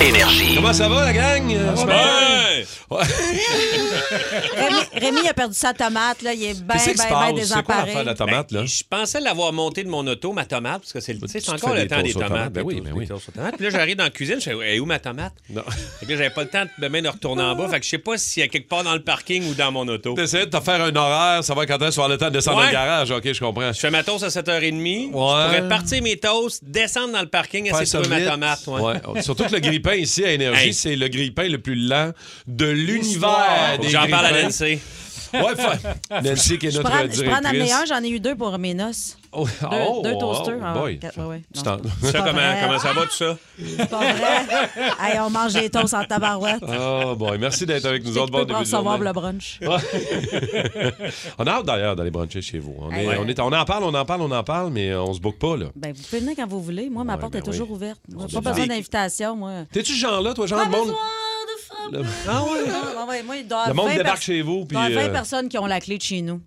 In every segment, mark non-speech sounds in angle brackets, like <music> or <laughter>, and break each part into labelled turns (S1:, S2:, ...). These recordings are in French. S1: Énergie.
S2: Comment ça va, la gang? Euh,
S3: Ouais!
S4: Rémi, Rémi a perdu sa tomate, là. Il est bien,
S2: Qu'est-ce qui
S4: bien, bien
S2: se passe? C'est quoi l'affaire
S4: désemparé.
S2: de la tomate, là?
S3: Ben, Je pensais l'avoir monté de mon auto, ma tomate, parce que c'est le- tu sais,
S2: tu
S3: <laughs> c'est
S2: te
S3: encore
S2: fais
S3: le
S2: des
S3: temps des
S2: toasts aux
S3: tomates.
S2: tomates, ben
S3: des
S2: oui,
S3: toasts,
S2: ben
S3: des
S2: oui.
S3: toasts aux tomates. Puis là, j'arrive dans la cuisine, je fais Hey, où ma tomate?
S2: <laughs> Non.
S3: Fait que là, j'avais pas le temps de même de retourner en bas. Fait que je sais pas s'il y a quelque part dans le parking ou dans mon auto. Je
S2: T'essayais de te faire un horaire, savoir quand est-ce que tu vas avoir le temps de descendre
S3: Ouais.
S2: dans le garage. OK, je comprends.
S3: fais ma toast à 7h30. Je
S2: Ouais.
S3: pourrais partir mes toasts, descendre dans le parking,
S2: Faire
S3: essayer de
S2: ça
S3: trouver ma
S2: vite.
S3: tomate. ouais.
S2: Ouais.
S3: <laughs>
S2: Surtout que le grille-pain ici à Énergie,
S3: Hey.
S2: c'est le grille-pain le plus lent de l'univers
S3: Faut
S2: des
S3: que J'en parle à
S2: grille-pains.
S3: Nancy.
S2: Ouais, fin.
S4: <laughs>
S2: <laughs> Nancy qui est
S4: Je
S2: notre
S4: prends, je prends un
S2: directrice.
S4: meilleur, j'en ai eu deux pour mes noces.
S2: Oh,
S4: Deux, deux toasters. ah,
S2: boy.
S4: quatre- ouais, ouais, non,
S2: Tu t'en-
S4: c'est
S3: Ça,
S4: pas
S3: comment,
S4: vrai.
S3: comment ça va, tout ça?
S4: C'est pas vrai.
S3: <laughs>
S4: Hey, on mange des toasts en tabarouette.
S2: Oh boy, merci d'être avec nous
S4: Tu
S2: autres. Bon début de
S4: recevoir
S2: journée.
S4: le brunch.
S2: <laughs> On a hâte d'ailleurs d'aller bruncher chez vous. On, est-
S4: Ouais.
S2: on, est- on en parle, on en parle, on en parle, mais euh, on se boucle pas là.
S4: Ben, vous pouvez venir quand vous voulez. Moi, ma
S2: Ouais,
S4: porte
S2: ben
S4: est toujours
S2: oui.
S4: ouverte. Moi,
S2: On
S4: Pas
S2: est
S4: besoin
S2: bien.
S4: d'invitation, moi.
S2: T'es-tu ce genre-là, toi, genre
S4: Pas
S2: le monde?
S4: besoin de frapper. Ah ouais. moi, il doit
S2: Le monde
S4: 20
S2: débarque
S4: pers-
S2: chez vous, puis,
S4: Il doit y avoir
S2: euh,
S4: 20 personnes qui ont la clé de chez nous.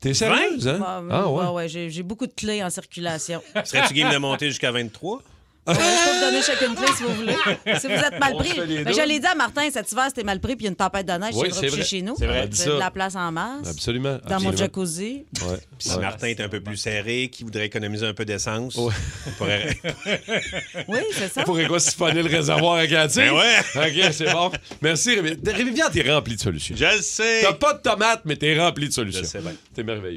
S2: T'es sérieuse, hein?
S4: Ah,
S2: Ah ouais.
S4: ouais, ouais, j'ai j'ai beaucoup de clés en circulation.
S3: Serais-tu game de monter jusqu'à 23?
S4: Ouais, je peux vous donner chacune clé si vous
S2: <laughs>
S4: voulez. Si vous êtes mal pris. ben,
S2: se fait
S4: Mais
S2: les deux.
S4: je l'ai dit à Martin, cet hiver, c'était mal pris, puis il y a une tempête de neige,
S2: Oui,
S4: j'ai
S2: c'est
S4: repoussé
S2: vrai.
S4: chez nous.
S2: C'est vrai.
S4: J'ai
S2: Ça.
S4: de la place en masse.
S2: Absolument.
S4: hein, Dans
S2: absolument.
S4: mon jacuzzi.
S2: Ouais.
S3: Puis si
S2: Ouais.
S3: Martin est un peu plus serré, qui voudrait économiser un peu d'essence, on pourrait
S2: <laughs>
S4: Oui, c'est
S3: <laughs>
S4: ça.
S2: Pourrait quoi siphonner le réservoir à Cathy?
S3: Ben ouais.
S2: <laughs> OK, c'est bon. Merci, Rémi. Rémi, viens, t'es rempli de solutions.
S3: Je le sais!
S2: T'as pas de tomates, mais t'es rempli de solutions.
S3: Je sais bien.
S2: T'es merveilleux.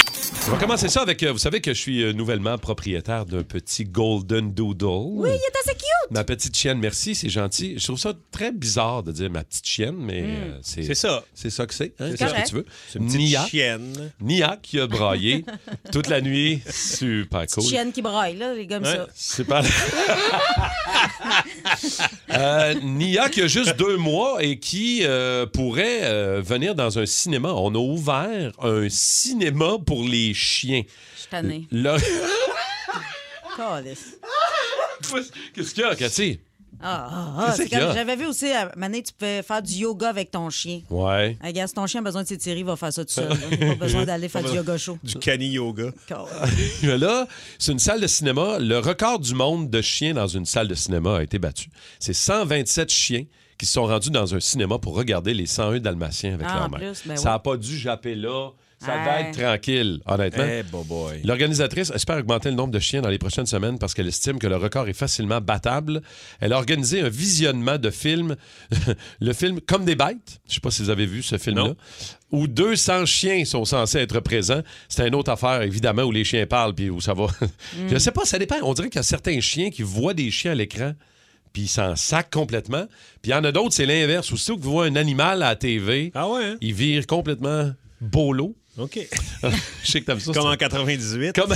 S2: On va commencer ça avec. euh, Vous savez que je suis euh, nouvellement propriétaire d'un petit Golden Doodle.
S4: Oui, il est assez cute.
S2: Ma petite chienne, merci, c'est gentil. Je trouve ça très bizarre de dire ma petite chienne, mais
S4: Hmm.
S2: euh, c'est.
S3: C'est ça.
S2: C'est ça que c'est. hein,
S3: C'est
S2: Qu'est-ce
S3: correct.
S2: que tu veux?
S3: Une petite
S2: Nia.
S3: chienne.
S2: Nia qui a braillé toute la
S3: <laughs>
S2: nuit. Super cool.
S4: Chienne qui braille, là, les gars, comme ça.
S2: C'est pas.
S4: <laughs>
S2: Euh, Nia qui a juste deux mois et qui euh, pourrait euh, venir dans un cinéma. On a ouvert un cinéma pour les chiens. Euh,
S4: Je suis tannée. <laughs>
S2: Là- <laughs>
S4: Câlisse.
S2: Qu'est-ce qu'il y a, Cathy?
S4: Ah, ah, ah,
S2: Qu'est-ce
S4: c'est
S2: qu'il y a?
S4: comme- J'avais vu aussi, à Mané, tu pouvais faire du yoga avec ton chien.
S2: Ouais.
S4: Ah, Regarde, si ton chien a besoin de s'étirer, il va faire
S2: <laughs>
S4: ça tout seul. là. Il a pas besoin d'aller faire du yoga chaud.
S3: Du cani yoga.
S4: Câlisse.
S2: Mais Euh, <laughs> là, c'est une salle de cinéma. Le record du monde de chiens dans une salle de cinéma a été battu. C'est 127 chiens qui se sont rendus dans un cinéma pour regarder les 101 Dalmatiens avec
S4: Ah,
S2: leur
S4: en
S2: mère.
S4: plus, ben
S2: ça n'a
S4: oui.
S2: pas dû japper là. Ça
S4: Ouais.
S2: va être tranquille, honnêtement.
S3: boy.
S2: L'organisatrice espère augmenter le nombre de chiens dans les prochaines semaines parce qu'elle estime que le record est facilement battable. Elle a organisé un visionnement de films, <laughs> le film Comme des bêtes. Je sais pas si vous avez vu ce film-là,
S3: Non.
S2: où 200 chiens sont censés être présents. C'est une autre affaire, évidemment, où les chiens parlent puis où ça va. <laughs>
S3: Mm.
S2: Je sais pas, ça dépend. On dirait qu'il y a certains chiens qui voient des chiens à l'écran. Puis ils s'en sacent complètement. Puis il y en a d'autres, c'est l'inverse. Aussitôt que vous voyez un animal à la TV,
S3: Ah ouais, hein?
S2: ils virent complètement bolo.
S3: OK.
S2: Je sais que t'aimes ça.
S3: Comme
S2: ça.
S3: en 98. <laughs>
S2: Comme-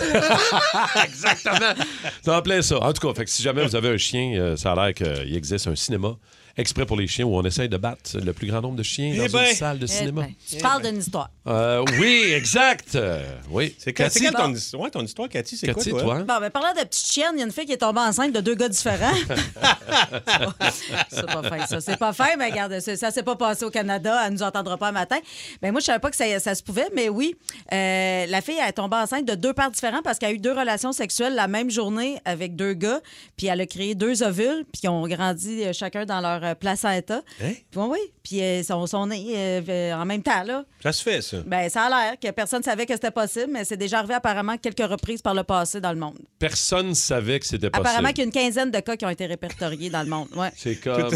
S2: Exactement. C'est en plein ça. En tout cas, fait que si jamais vous avez un chien, euh, ça a l'air qu'il existe un cinéma exprès pour les chiens où on essaye de battre le plus grand nombre de chiens dans
S3: Eh
S2: une
S3: ben.
S2: salle de
S4: Eh,
S2: cinéma.
S4: ben, Tu parles d'une histoire.
S2: Euh, oui, exact. Euh, oui.
S3: C'est quoi, c'est
S2: Cathy,
S3: quelle ton, histoire? Ouais, ton
S2: <laughs>
S3: histoire, Cathy? C'est quoi,
S2: Cathy,
S3: toi?
S2: toi?
S4: Bon, ben, parlant de petite chienne, il y a une fille qui est tombée enceinte de deux gars différents. c'est pas fin, ça. C'est pas fin, mais regarde, ça, ça s'est pas passé au Canada. Elle nous entendra pas un matin. Ben, moi, je savais pas que ça, ça se pouvait, mais oui. Euh, la fille, elle est tombée enceinte de deux pères différents parce qu'elle a eu deux relations sexuelles la même journée avec deux gars. Puis elle a créé deux ovules, puis ils ont grandi euh, chacun dans leur euh, placenta.
S5: Hein?
S4: Puis, oui, oui. Puis euh, ils sont, sont nés euh, en même temps, là.
S5: Ça se fait, ça.
S4: Ben, ça a l'air que personne ne savait que c'était possible, mais c'est déjà arrivé apparemment à quelques reprises par le passé dans le monde.
S2: Personne ne savait que c'était possible.
S4: Apparemment qu'il y a une quinzaine de cas qui ont été répertoriés dans le monde. Ouais.
S2: C'est comme.
S3: <laughs>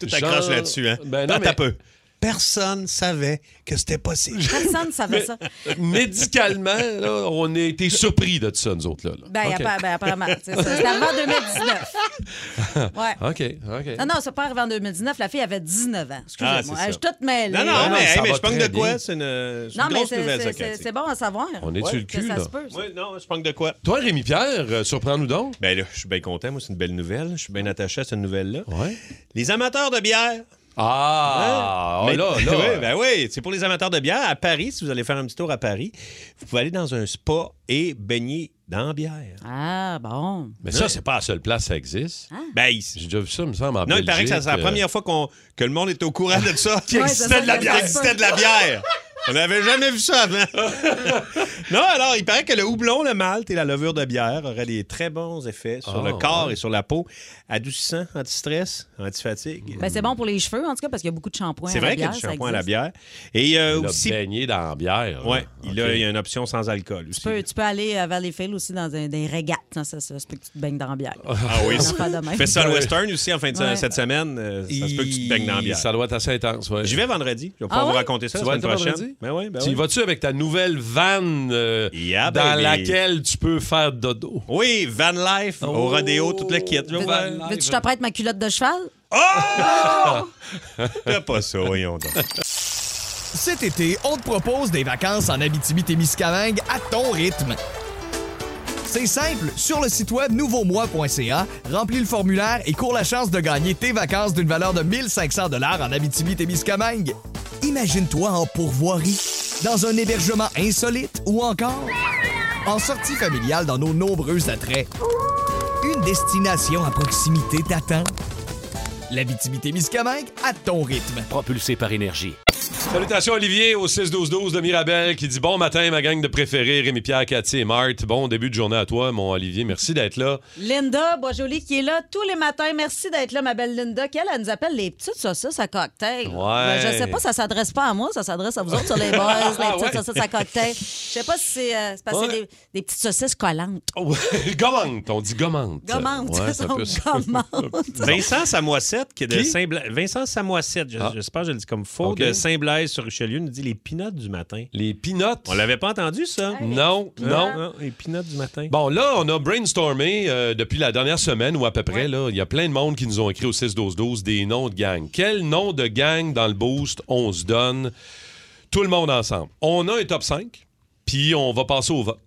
S3: Tout accroche
S2: Genre-
S3: là-dessus, hein?
S2: Ben non,
S3: Attends
S2: mais-
S3: un peu. Personne savait que c'était possible.
S4: Personne ne savait ça.
S2: <laughs> Médicalement, là, on a été surpris de ça, nous autres. Là, là.
S4: Ben,
S2: OK.
S4: appa- ben, apparemment. C'est ça. C'était avant 2019. Ouais.
S2: OK, OK.
S4: Non, non, c'est pas arrivé en 2019. La fille avait 19 ans.
S5: Ah, c'est
S4: Excusez-moi. hein,
S5: ça.
S4: je suis toute mêlée.
S3: Non, non,
S2: non,
S3: mais, hey,
S2: ça
S3: mais
S2: va
S3: je pense
S2: très
S3: de quoi?
S2: bien.
S3: C'est une, c'est une
S4: Non, mais
S3: grosse
S4: c'est-
S3: nouvelle, ça,
S4: c'est- c'est
S3: Cathy.
S4: c'est bon à savoir.
S2: On est sur le cul,
S4: que ça
S2: là.
S4: se peut, ça.
S3: Oui, non, je pense de quoi?
S2: Toi, Rémi-Pierre, euh, surprends-nous donc.
S3: Ben là, je suis bien content. Moi, c'est une belle nouvelle. Je suis bien attaché à cette nouvelle-là.
S2: Ouais.
S3: Les amateurs de bière.
S2: Ah,
S3: Mais-
S2: oh là, là.
S3: <laughs> oui, ben oui, c'est pour les amateurs de bière. À Paris, si vous allez faire un petit tour à Paris, vous pouvez aller dans un spa et baigner dans la bière.
S4: Ah, bon.
S2: Mais ça, c'est pas la seule place, ça
S4: Ah.
S2: existe.
S3: Ben, ici.
S2: J'ai déjà vu ça, il me semble, en
S3: Non, il paraît que ça, c'est la
S2: Belgique, euh,
S3: première fois qu'on, que le monde est au courant de ça.
S4: <laughs>
S3: Qu'il
S4: Ouais, c'est ça,
S3: existait de la
S4: qu'il y a
S3: bière.
S4: le spa.
S3: existait de la bière. On n'avait jamais vu ça avant. <laughs> non, alors, il paraît que le houblon, le malt et la levure de bière auraient des très bons effets sur
S2: Ah,
S3: le corps et sur la peau. Adoucissant, anti-stress, anti-fatigue.
S4: Ben, c'est bon pour les cheveux, en tout cas, parce qu'il y a beaucoup de shampoings.
S3: c'est
S4: à la
S3: vrai qu'il y a
S4: bière,
S3: du
S4: ça
S3: shampoing à la
S4: existe.
S3: bière. Et euh,
S2: Il a
S3: aussi.
S2: baigné dans la bière. hein.
S3: Ouais, il, a,
S2: OK.
S3: il y a une option sans alcool aussi.
S4: Tu peux, tu peux aller euh, à Valleyfield aussi dans un- des régates. Ça, ça, ça se peut que tu te baignes dans la bière.
S3: Ah oui,
S4: Une affaire de même.
S3: Fais ça à Western aussi en fin de
S4: Ouais.
S3: cette semaine. euh, ça se peut que tu te baignes dans la bière.
S2: Ça doit être assez intense, ouais.
S3: J'y vais vendredi. Je vais pouvoir
S4: Ah
S3: vous
S4: ouais?
S3: raconter ça
S2: Tu
S3: la
S2: vas
S3: semaine
S2: être
S3: prochaine.
S2: vendredi?
S3: Ben oui, ben
S2: Tu y
S3: oui.
S2: vas-tu avec ta nouvelle vanne euh,
S3: Yeah,
S2: dans
S3: baby.
S2: laquelle tu peux faire dodo?
S3: Oui, Van Life, au
S2: Oh.
S3: rodéo, tout le kit. Je vais
S4: Veux-
S3: vous faire-
S4: Veux-tu que je
S3: <laughs>
S4: t'apprête ma culotte de cheval?
S3: Fais pas ça, voyons donc.
S6: Cet été, on te propose des vacances en Abitibi-Témiscamingue à ton rythme. C'est simple, sur le site web nouveaumois.ca, remplis le formulaire et cours la chance de gagner tes vacances d'une valeur de 1500 dollars en Abitibi-Témiscamingue. Imagine-toi en pourvoirie, dans un hébergement insolite ou encore en sortie familiale dans nos nombreux attraits. Une destination à proximité t'attend. L'Abitibi-Témiscamingue à ton rythme.
S7: Propulsé par énergie.
S2: Salutations Olivier au 6-12-12 de Mirabel qui dit bon matin ma gang de préférés, Rémi-Pierre, Cathy et Marthe. Bon début de journée à toi mon Olivier, merci d'être là.
S4: Linda Boisjoli qui est là tous les matins. Merci d'être là, ma belle Linda. Qu'elle, elle nous appelle les petites saucisses à cocktail.
S2: Ouais.
S4: Ben, je sais pas, ça s'adresse pas à moi, ça s'adresse à vous autres sur les
S2: <laughs>
S4: boys, les petites saucisses à cocktail. Je sais pas si c'est euh, c'est parce que c'est
S2: Ah Ouais.
S4: des, des petites saucisses collantes.
S2: Oh, <laughs> gommante, on dit gommante.
S4: Gommantes,
S2: Ouais,
S4: elles
S2: ça
S4: <laughs> sont
S2: peut se- <laughs>
S4: gommantes.
S3: Vincent Samoissette, qui est de
S2: Qui? Ah.
S3: Saint-Blaise. Vincent Samoissette, je- j'espère que je le dis comme faux,
S2: Ok.
S3: de Saint-Blaise-sur-Richelieu, nous dit les pinottes du matin.
S2: Les pinottes.
S3: On l'avait pas entendu, ça?
S2: Non,
S4: Ah,
S2: non.
S3: les pinottes du matin.
S2: Bon, là, on a brainstormé euh, depuis la dernière semaine ou à peu près. là. Il y a plein de monde qui nous ont écrit au 6-12-12 des noms de gang. Quel nom de gang dans le boost on se donne? Tout le monde ensemble. On a un top 5, puis on va passer au vote.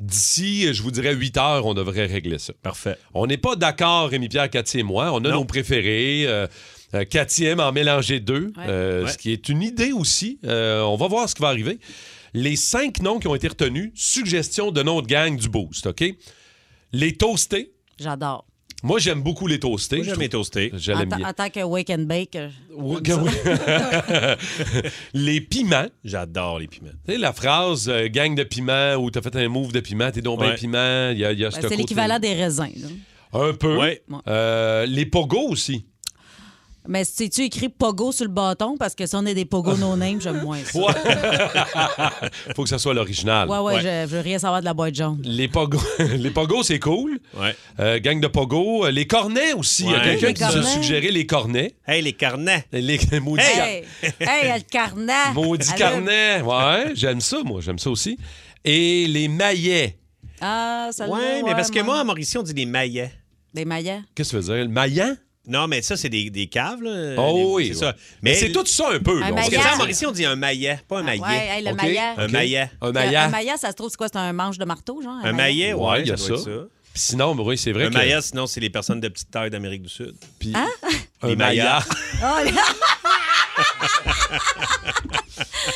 S2: D'ici, je vous dirais 8 heures, on devrait régler ça.
S3: Parfait.
S2: On n'est pas d'accord, Rémi-Pierre, Cathy et moi. On a nos préférés. Euh, euh, Cathy aime en mélanger deux, euh,
S3: Ouais.
S2: ce qui est une idée aussi. Euh, on va voir ce qui va arriver. Les cinq noms qui ont été retenus, suggestion de noms de gang du Boost, OK? Les toastés.
S4: J'adore.
S2: Moi, j'aime beaucoup les toastés.
S3: Moi, j'aime les toastés.
S2: Je
S4: En,
S2: l'aime
S4: ta-
S2: bien.
S4: en tant que wake and bake, euh,
S2: Oui, <laughs> les piments.
S3: J'adore les piments.
S2: Tu sais, la phrase euh, gang de piments ou t'as fait un move de piment, t'es donc bien
S3: Ouais.
S2: piment. Il y a, il y a ce
S4: ben, c'est
S2: côté-
S4: l'équivalent des raisins. là.
S2: Un peu.
S3: Ouais.
S2: Euh, les pogos aussi. <laughs>
S4: Mais si tu écris pogo sur le bâton, parce que si on est des pogo no name, j'aime moins ça. Ouais,
S2: Faut que ça soit l'original.
S4: ouais, Je, je veux rien savoir de la boîte jaune.
S2: Les pogos, <laughs> les pogos c'est cool.
S3: Ouais.
S2: Euh, gang de pogos. Euh, Les cornets aussi. Il y a
S3: Ouais.
S2: quelqu'un
S4: Les
S2: qui nous a
S4: cornets.
S2: suggéré les cornets.
S3: Hey, les carnets.
S2: Les <laughs> maudits,
S4: Hey, Ah! hey, elle, le carnet.
S2: <laughs> maudits
S4: Elle-
S2: carnets. Ouais, j'aime ça, moi. J'aime ça aussi. Et les maillets.
S4: Ah, ça
S3: Ouais, mais parce que moi, en Mauricie, on dit les maillets.
S4: Des maillets.
S2: Qu'est-ce que ça veut dire? Le maillant?
S3: Non, mais ça, c'est des, des caves, là.
S2: Oh
S3: Des-
S2: oui.
S3: C'est
S2: ouais.
S3: ça.
S2: Mais, c'est tout ça un peu.
S4: Un
S2: là.
S3: Parce que
S4: Maillet.
S3: ça, en Mauricie, on dit un maillet, pas un maillet.
S4: Ah ouais, hey, le
S2: OK.
S4: maillet.
S3: Un
S2: OK.
S3: maillet.
S2: Un
S4: Le-
S2: maillat.
S4: Un maillet, ça se trouve, c'est quoi? C'est un manche de marteau, genre?
S3: Un maillet, ouais,
S2: Ouais, il y a
S3: ça doit
S2: ça.
S3: être ça.
S2: Puis sinon, oui, c'est vrai
S3: Un
S2: que.
S3: maillet, sinon, c'est les personnes de petite taille d'Amérique du Sud.
S2: puis-
S4: Hein?
S3: Les
S2: Un
S3: maillards.
S2: maillat.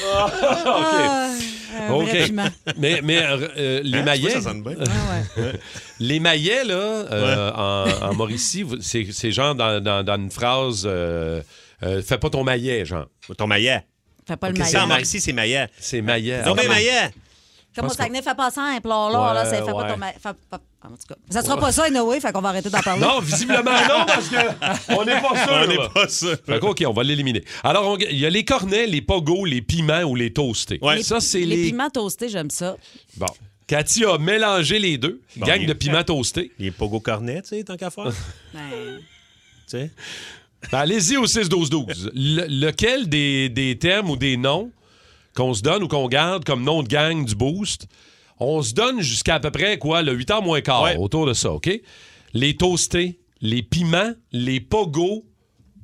S4: Oh, là,
S2: OK.
S4: un
S2: OK.
S4: vrai piment.
S2: Mais, mais euh, les
S3: Hein?
S2: maillets.
S3: Tu vois, ça sonne bien.
S2: <laughs>
S4: Ouais, ouais.
S2: Les maillets, là, euh, en, en Mauricie, vous- c'est c'est genre dans, dans- dans une phrase euh, euh, Fais pas ton maillet, genre.
S3: Ton maillet.
S4: Fais pas le
S3: Ça, en
S4: maillet.
S3: Mauricie, c'est maillet.
S2: C'est maillet.
S3: Non, mais
S2: Ah,
S3: maillet.
S4: Comme au
S2: pense qu'on-
S4: Saguenay, fais pas ça, un plan là, là, ça fait
S2: Ouais,
S4: pas
S2: ouais.
S4: ton. ma- fais pas- Ah, En tout cas, ça sera pas ça, Noé, fait qu'on va arrêter d'en parler.
S2: Non, visiblement non, parce que on n'est pas sûr.
S8: On n'est
S2: là.
S8: pas sûr.
S2: Fait que, OK, on va l'éliminer. Alors, on- il y a les cornets, les pogos, les piments ou les toastés.
S8: Ouais.
S4: Les-
S2: Ça, c'est
S4: les
S2: les.
S4: piments toastés, j'aime ça.
S2: Bon. Cathy a mélangé les deux. Gang de piments toastés.
S8: Les pogo cornets, tu sais, tant qu'à
S3: <laughs>
S8: faire. tu
S4: Ben,
S8: sais.
S2: Ben, Allez-y au 6-12-12. Le- lequel des, des termes ou des noms qu'on se donne ou qu'on garde comme nom de gang du boost, on se donne jusqu'à à peu près quoi, le 8 h moins quart,
S8: Ouais.
S2: autour de ça, OK? Les toastés, les piments, les pogos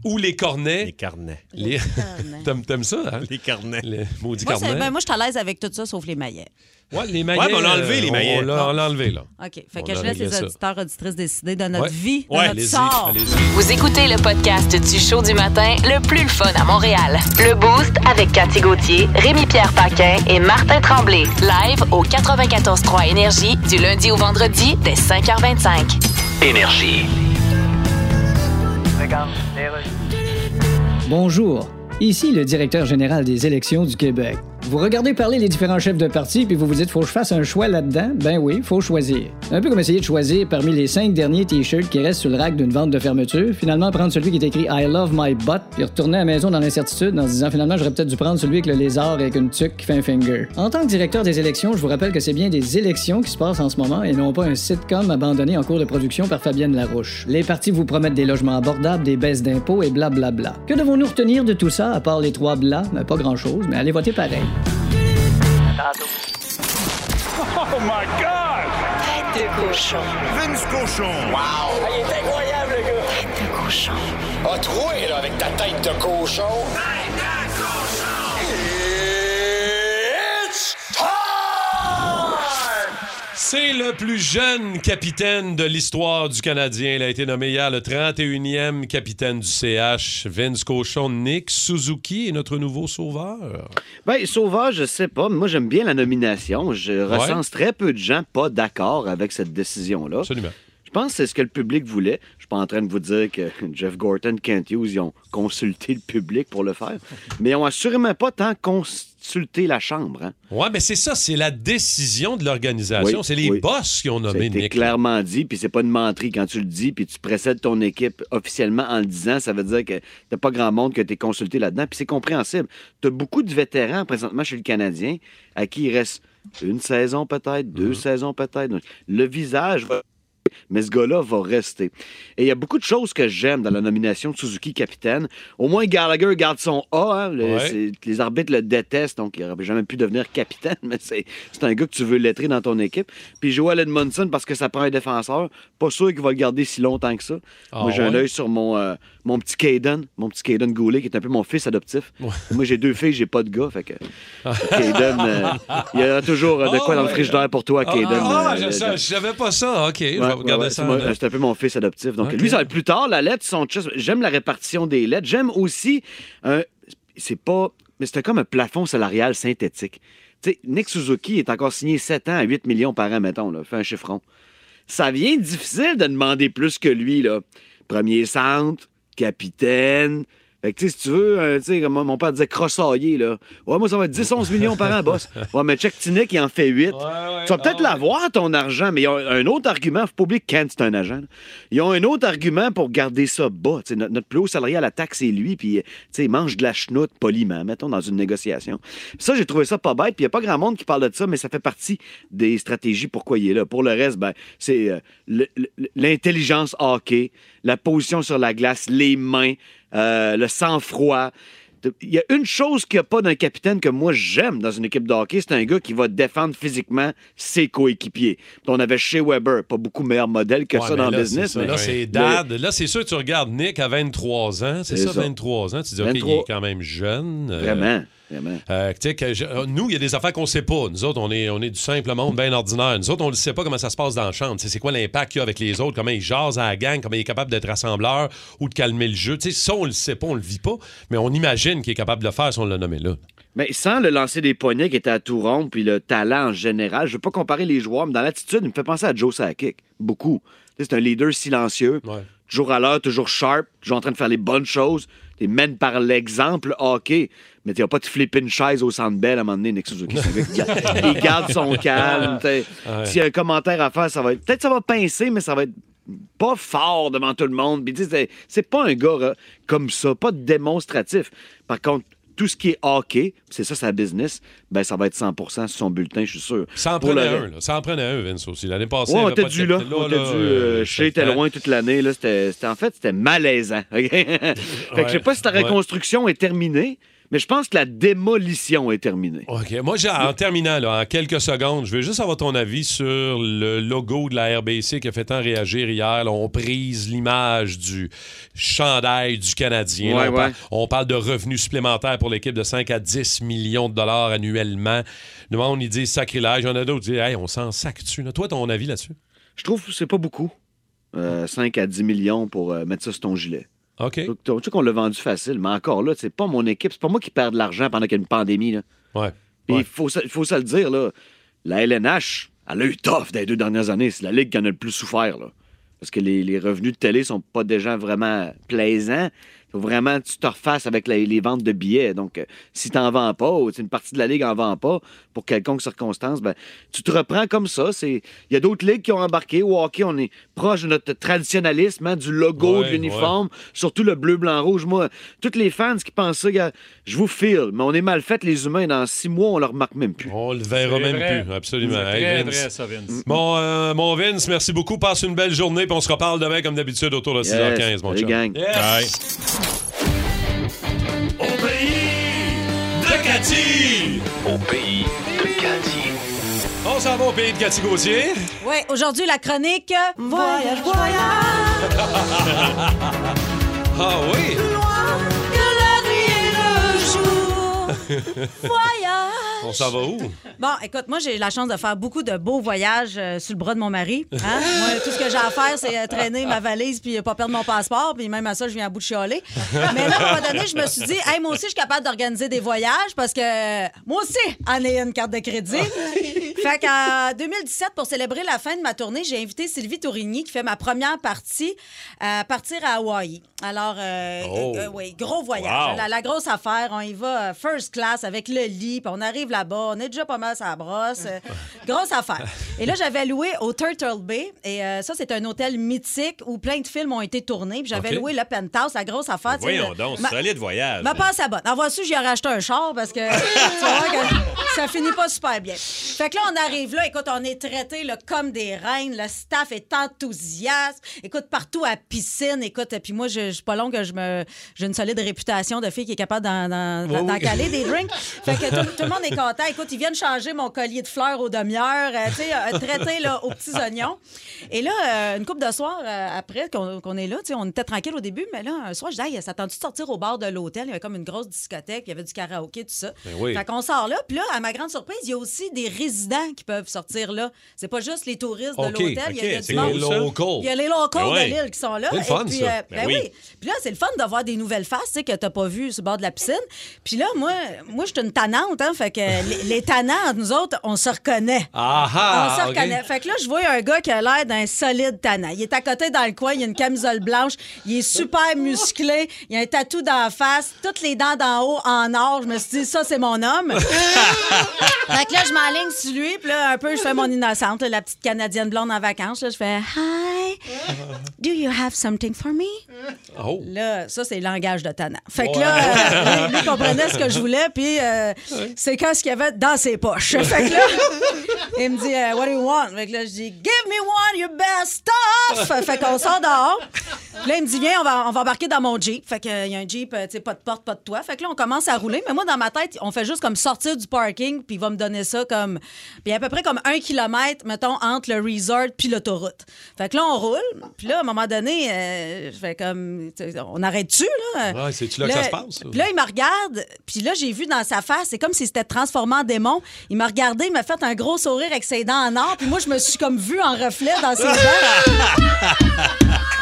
S2: ou les
S8: Les
S2: cornets.
S8: carnets.
S2: Les... <laughs> T'aimes t'aimes ça, hein?
S8: Les carnets.
S2: Les maudits
S4: moi, c'est-
S2: cornets.
S4: ben, moi, je suis à l'aise avec tout ça, sauf les maillets.
S2: Ouais, les maillets.
S8: Ouais, mais on l'a enlevé, les
S2: on-
S8: maillets.
S2: On l'a on l'a enlevé, là.
S4: OK. Fait
S2: On
S4: que
S2: a
S4: je laisse
S2: réglé
S4: les
S2: ça.
S4: auditeurs, auditrices décider de notre
S2: Ouais.
S4: vie, de
S8: Ouais,
S4: notre
S2: Allez-y,
S4: sort.
S2: allez-y.
S9: Vous écoutez le podcast du show du matin le plus le fun à Montréal. Le Boost avec Cathy Gauthier, Rémi-Pierre Paquin et Martin Tremblay. Live au 94.3 Énergie du lundi au vendredi dès 5h25.
S1: Énergie.
S10: Bonjour, ici le directeur général des élections du Québec. Vous regardez parler les différents chefs de parti, puis vous vous dites, faut que je fasse un choix là-dedans? Ben oui, faut choisir. Un peu comme essayer de choisir parmi les cinq derniers t-shirts qui restent sur le rack d'une vente de fermeture, finalement prendre celui qui est écrit I love my butt, puis retourner à la maison dans l'incertitude en se disant, finalement, j'aurais peut-être dû prendre celui avec le lézard et avec une tuque qui fait un finger. En tant que directeur des élections, je vous rappelle que c'est bien des élections qui se passent en ce moment et non pas un sitcom abandonné en cours de production par Fabienne Larouche. Les partis vous promettent des logements abordables, des baisses d'impôts et blablabla. Que devons-nous retenir de tout ça à part les trois blas? Ben, pas grand-chose, mais allez voter pareil.
S4: Ah,
S11: Ah, A troué, là, avec ta tête de cochon. It's time!
S2: C'est le plus jeune capitaine de l'histoire du Canadien. Il a été nommé hier le 31e capitaine du CH. Vince Cochon, Nick Suzuki est notre nouveau sauveur.
S12: <laughs> Ben, Sauveur, je sais pas. mais Moi, j'aime bien la nomination. Je recense très peu de gens pas d'accord avec cette décision-là.
S2: Absolument.
S12: Je pense que c'est ce que le public voulait. Je suis pas en train de vous dire que <laughs> Jeff Gorton, Kent Hughes, ils ont consulté le public pour le faire. Mais ils ont assurément pas tant consulté la Chambre. Hein.
S2: Ouais, mais c'est ça, c'est la décision de l'organisation.
S12: Oui,
S2: c'est les
S12: oui.
S2: boss qui ont
S12: Ça a
S2: nommé
S12: été
S2: Nick.
S12: clairement dit, puis c'est pas une menterie quand tu le dis, puis tu précèdes ton équipe officiellement en le disant. Ça veut dire que t'as pas grand monde que t'es consulté là-dedans, puis c'est compréhensible. T'as beaucoup de vétérans présentement chez le Canadien à qui il reste une saison peut-être, deux
S2: Mm-hmm.
S12: saisons peut-être. Donc, Le visage va mais ce gars-là va rester. Et il y a beaucoup de choses que j'aime dans la nomination de Suzuki capitaine. Au moins, Gallagher garde son A. hein. Le-
S2: Ouais.
S12: c'est- les arbitres le détestent, donc il n'aurait jamais pu devenir capitaine, <laughs> mais c'est c'est un gars que tu veux lettrer dans ton équipe. Puis Joel Edmondson, parce que ça prend un défenseur, pas sûr qu'il va le garder si longtemps que ça.
S2: Ah
S12: moi, j'ai un
S2: ouais?
S12: œil sur mon, euh, mon petit Caden, mon petit Caden Goulet, qui est un peu mon fils adoptif. Moi, j'ai deux filles, j'ai pas de gars, fait que
S2: <laughs>
S12: Caden, euh, il y a toujours euh, de quoi
S2: Ah
S12: dans le
S2: ouais.
S12: frigidaire pour toi,
S2: Ah,
S12: Caden.
S2: ah,
S12: euh,
S2: je-
S12: le-
S2: ça, je savais pas ça. OK, je vais
S12: Ouais,
S2: regarder
S12: ouais,
S2: ça.
S12: ouais,
S2: en-
S12: c'est moi- C'est un peu mon fils adoptif. Donc,
S2: Ok.
S12: lui, ça va être plus tard, la lettre, son chest. J'aime la répartition des lettres. J'aime aussi. un- c'est pas. Mais c'était comme un plafond salarial synthétique. Tu sais, Nick Suzuki est encore signé 7 ans à 8 millions par an, mettons, là. Fait un chiffron. Ça vient difficile de demander plus que lui, là. Premier centre, capitaine. Fait que, tu sais, si tu veux, euh, tu sais, comme mon père disait, crossailler, là. Ouais, moi, ça va être 10-11 millions par an, boss. Ouais, mais check Tinek, il en fait 8.
S2: ouais,
S12: tu vas peut-être
S2: ah ouais.
S12: l'avoir, ton argent, mais il y a un autre argument. Faut pas oublier que Kent, c'est un agent. là. Ils ont un autre argument pour garder ça bas. Tu sais, notre, notre plus haut salarié à la taxe, c'est lui, puis, tu sais, il mange de la chenoute poliment, mettons, dans une négociation. Ça, j'ai trouvé ça pas bête, puis il y a pas grand monde qui parle de ça, mais ça fait partie des stratégies pourquoi il est là. Pour le reste, ben, c'est euh, le- le- l'intelligence hockey, la position sur la glace, les mains, euh, le sang-froid. Il y a une chose qu'il n'y a pas d'un capitaine que moi j'aime dans une équipe de hockey, c'est un gars qui va défendre physiquement ses coéquipiers. Puis On avait chez Weber, pas beaucoup meilleur modèle que
S2: Ouais,
S12: ça
S2: mais
S12: dans
S2: là,
S12: le business.
S2: c'est ça.
S12: mais-
S2: Là, c'est dad. Là, c'est sûr que tu regardes Nick à 23 ans. C'est
S12: C'est
S2: ça,
S12: ça.
S2: 23 ans. Tu dis, OK, il
S12: 23.
S2: est quand même jeune. Euh,
S12: Vraiment, vraiment.
S2: Euh, tu sais que je- euh, nous, il y a des affaires qu'on sait pas. Nous autres, on est, on est du simple monde, bien ordinaire. Nous autres, on ne sait pas comment ça se passe dans la chambre. Tu sais, C'est quoi l'impact qu'il y a avec les autres, comment il jase à la gang, comment il est capable d'être rassembleur ou de calmer le jeu. Tu sais, ça, on le sait pas, on le vit pas, mais on imagine qu'il est capable de le faire si on l'a nommé là.
S12: Mais sans le lancer des poignets qui était à tout rond, puis le talent en général, je veux pas comparer les joueurs, mais dans l'attitude, il me fait penser à Joe Sakic. Beaucoup. Tu sais, C'est un leader silencieux.
S2: Ouais.
S12: Toujours à l'heure, toujours sharp, toujours en train de faire les bonnes choses. T'es mène par l'exemple hockey. Mais tu vas pas te flipper une chaise au centre belle à un moment donné, Nick Suzuki. C'est un gars qui garde- Il garde son calme. t'sais.
S13: Ouais.
S12: S'il y a un commentaire à faire, ça va être. Peut-être ça va pincer, mais ça va être pas fort devant tout le monde. Puis tu sais, c'est- c'est pas un gars euh, comme ça, pas démonstratif. Par contre, tout ce qui est hockey, c'est ça sa business, ben ça va être 100 sur son bulletin, je suis sûr.
S2: Ça en
S12: Pour le
S2: prenait
S12: reste-
S2: un, là. Ça en prenait un, Vince, aussi. L'année passée,
S12: Ouais,
S2: il y
S12: on
S2: avait
S12: t'a
S2: pas de
S12: dû là.
S2: capitaine.
S12: On t'a dû. euh, Shea était loin toute l'année. là. C'était, c'était- en fait, c'était malaisant. ok? <laughs> fait que je sais pas si ta
S2: Ouais.
S12: reconstruction est terminée, mais je pense que la démolition est terminée.
S2: OK. Moi, j'ai- en terminant, là, en quelques secondes, je veux juste avoir ton avis sur le logo de la RBC qui a fait tant réagir hier. Là, on prise l'image du chandail du Canadien. Là,
S12: Ouais,
S2: on,
S12: ouais.
S2: parle, on parle de revenus supplémentaires pour l'équipe de 5 à 10 millions de dollars annuellement. Le monde, ils disent sacrilège. Il y en a d'autres qui disent Hey, on s'en sac dessus. là. Toi, ton avis là-dessus?
S12: Je trouve que c'est pas beaucoup. Euh, 5 à 10 millions pour euh, mettre ça sur ton gilet.
S2: OK.
S12: Tu tu sais qu'on l'a vendu facile, mais encore là, c'est pas mon équipe, c'est pas moi qui perds de l'argent pendant qu'il y a une pandémie. Là.
S2: Ouais.
S12: Puis il faut, ça- il faut ça le dire, là. La LNH, elle a eu tough dans les deux dernières années. C'est la ligue qui en a le plus souffert, là. Parce que les, les revenus de télé sont pas déjà vraiment plaisants. Faut vraiment que tu te refasses avec la- les ventes de billets. Donc, euh, si t'en vends pas, ou si une partie de la ligue en vend pas, pour quelconque circonstance, ben, tu te reprends comme ça. C'est- Il y a d'autres ligues qui ont embarqué. Au hockey, on est proche de notre traditionnalisme, hein, du logo,
S13: Ouais,
S12: de l'uniforme, surtout le bleu, blanc, rouge. Moi, toutes les fans qui pensent ça, gars, je vous file, mais on est mal fait, les humains. Dans six mois, on le remarque même plus.
S2: On le verra
S12: C'est
S2: même
S12: vrai.
S2: plus. Eh, Absolument.
S12: C'est très
S2: Hey,
S12: vrai, ça, Vince.
S2: Mon, euh, mon Vince, merci beaucoup. Passe une belle journée. Puis on se reparle demain, comme d'habitude, autour de
S12: Yes.
S2: 6h15, mon
S12: Salut,
S2: chum.
S12: gang.
S2: Yes.
S12: Bye.
S2: Au pays de Cathy! Au pays de Cathy. On s'en va au pays de Cathy
S12: <laughs>
S2: Gauthier.
S4: Oui, aujourd'hui, la chronique euh, Voyage, voyage.
S2: ah oui!
S4: Que la nuit et le jour.
S12: <laughs>
S4: Voyage.
S2: On s'en va où?
S4: Bon, écoute, moi, j'ai la chance de faire beaucoup de beaux voyages euh, sur le bras de mon mari. hein. Moi, tout ce que j'ai à faire, c'est euh, traîner ma valise puis euh, pas perdre mon passeport. Puis même à ça, je viens à bout de chialer. Mais là, à un moment donné, je me suis dit, hey, moi aussi, je suis capable d'organiser des voyages parce que euh, moi aussi, en ayant une carte de crédit. fait qu'en 2017, pour célébrer la fin de ma tournée, j'ai invité Sylvie Tourigny, qui fait ma première partie, à partir à Hawaï. Alors, euh,
S14: Oh.
S4: euh, oui, gros voyage.
S14: Wow.
S4: La- la grosse affaire, on y va euh, first class avec le lit, puis on arrive là-bas, on est déjà pas mal à la brosse. euh, grosse
S3: <laughs>
S4: affaire. Et là, j'avais loué au Turtle Bay, et euh, ça, c'est un hôtel mythique où plein de films ont été tournés, puis j'avais
S3: OK.
S4: loué le penthouse, la grosse affaire. tu sais,
S3: Voyons
S4: le-
S3: donc,
S4: ma-
S3: solide voyage.
S4: Ma passe à bonne. En voici, j'y aurais acheté un char parce que, <laughs> tu vois que ça finit pas super bien. Fait que là, on arrive là, écoute, on est traité là, comme des reines, le staff est enthousiaste. Écoute, partout à la piscine, écoute, puis moi, je je suis pas long que je me j'ai une solide réputation de fille qui est capable d'en- d'en
S14: Oui, oui.
S4: d'en caler des drinks. Fait que tout, tout le monde est content. Écoute, ils viennent changer mon collier de fleurs aux demi-heures, euh, tu sais, euh, traité là, aux petits oignons. Et là, euh, une coupe de soir euh, après qu'on qu'on est là, tu sais, on était tranquille au début, mais là, un soir, je dis, hey, ça tente de sortir au bar de l'hôtel? Il y avait comme une grosse discothèque, il y avait du karaoké, tout ça.
S14: Ben oui.
S4: Fait qu'on sort là, puis là, à ma grande surprise, il y a aussi des résidents qui peuvent sortir là. C'est pas juste les touristes de
S14: OK,
S4: l'hôtel, il y a- il y a
S14: OK,
S4: du
S14: c'est
S4: monde.
S14: les locals.
S4: Il y a les locaux
S14: Ben ouais.
S4: de l'île qui sont là.
S14: C'est le
S4: Et
S14: fun,
S4: puis,
S14: ça.
S4: euh,
S14: Ben
S4: ben
S14: oui.
S4: oui. Puis là, c'est le fun de voir des nouvelles faces, tu sais, que t'as pas vu sur le bord de la piscine. Puis là, moi, moi, je suis une tannante, hein. Fait que les, les tannants, entre nous autres, on se reconnaît.
S2: Ah
S4: on se reconnaît. Fait que là, je vois un gars qui a l'air d'un solide tannant. Il est à côté dans le coin, il a une camisole blanche, il est super musclé, il a un tatou dans la face, toutes les dents d'en haut en or. Je me suis dit, ça, c'est mon homme. fait que là, je m'enligne sur lui, puis là, un peu, je fais mon innocente, là, la petite Canadienne blonde en vacances. Là, je fais Hi, do you have something for me?
S2: Ah, Oh.
S4: Là, ça, c'est le langage de Tana. Fait que
S14: Ouais.
S4: là, euh, lui, lui comprenait ce que je voulais, puis euh, c'est quand ce qu'il y avait dans ses poches. Fait que là, il me dit, euh, What do you want? Fait que là, je dis, Give me one, your best stuff! Fait qu'on sort dehors. Puis Là, il me dit, Viens, on va, on va embarquer dans mon Jeep. Fait qu'il y a un Jeep, euh, tu sais, pas de porte, pas de toit. Fait que là, on commence à rouler. Mais moi, dans ma tête, on fait juste comme sortir du parking, puis il va me donner ça comme. Puis à peu près comme un kilomètre, mettons, entre le resort puis l'autoroute. Fait que là, on roule. Puis là, à un moment donné, euh, je fais comme. tu sais, On arrête-tu, là?
S2: Ouais, c'est-tu là que ça se passe, ça?
S4: Puis là, il me regarde, puis là, j'ai vu dans sa face, c'est comme s'il s'était transformé en démon. Il m'a regardé, il m'a fait un gros sourire avec ses dents en or, puis moi, je me suis comme vue en reflet dans ses dents.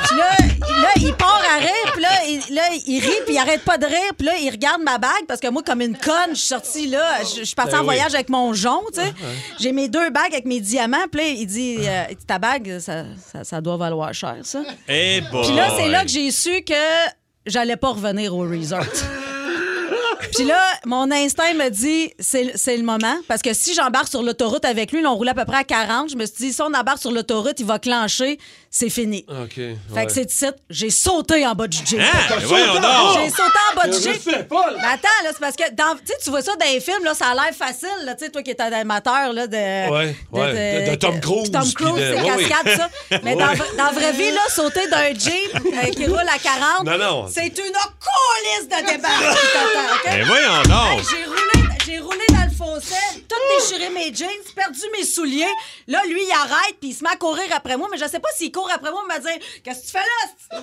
S4: Puis là, là, il part à rire, puis là, il, là, il rit, puis il arrête pas de rire, puis là, il regarde ma bague, parce que moi, comme une conne, je suis sortie là, je je suis partie
S14: Ben
S4: en
S14: oui.
S4: voyage avec mon jonc, tu sais. J'ai mes deux bagues avec mes diamants, puis là, il dit, euh, ta bague, ça, ça- ça doit valoir cher, ça.
S3: Eh, bon.
S4: Puis là, c'est là que j'ai su que j'allais pas revenir au resort. Puis là, mon instinct me dit, c'est le- c'est le moment. Parce que si j'embarque sur l'autoroute avec lui, là, on roulait à peu près à 40. Je me suis dit, si on embarque sur l'autoroute, il va clencher. C'est fini.
S2: OK.
S4: Fait que c'est ici, j'ai sauté en bas du Jeep.
S3: Hein? Ben voyons donc!
S4: J'ai sauté en bas du
S3: Je
S4: Jeep.
S3: sais
S4: Mais attends, là, c'est parce que dans- tu sais, tu vois ça dans les films, là, ça a l'air facile. Là, tu sais, toi qui es un amateur là, de,
S2: Ouais, ouais, de- de Tom Cruise,
S4: Tom
S2: puis de-
S4: Cruise, c'est
S2: ouais,
S4: cascade,
S2: ouais. <laughs>
S4: ça. Mais
S2: Ouais.
S4: dans, dans la vraie vie, là, sauter d'un Jeep euh, qui roule à 40,
S8: Non, non.
S4: c'est une coulisse de
S2: <laughs>
S4: débarque. qui t'attend, OK?
S8: Mais voyons donc.
S4: Hey, j'ai roulé, j'ai roulé dans le fossé, tout déchiré mes jeans, perdu mes souliers. Là, lui, il arrête, puis il se met à courir après moi, mais je sais pas s'il court après moi, me dire Qu'est-ce que tu fais là
S2: <laughs>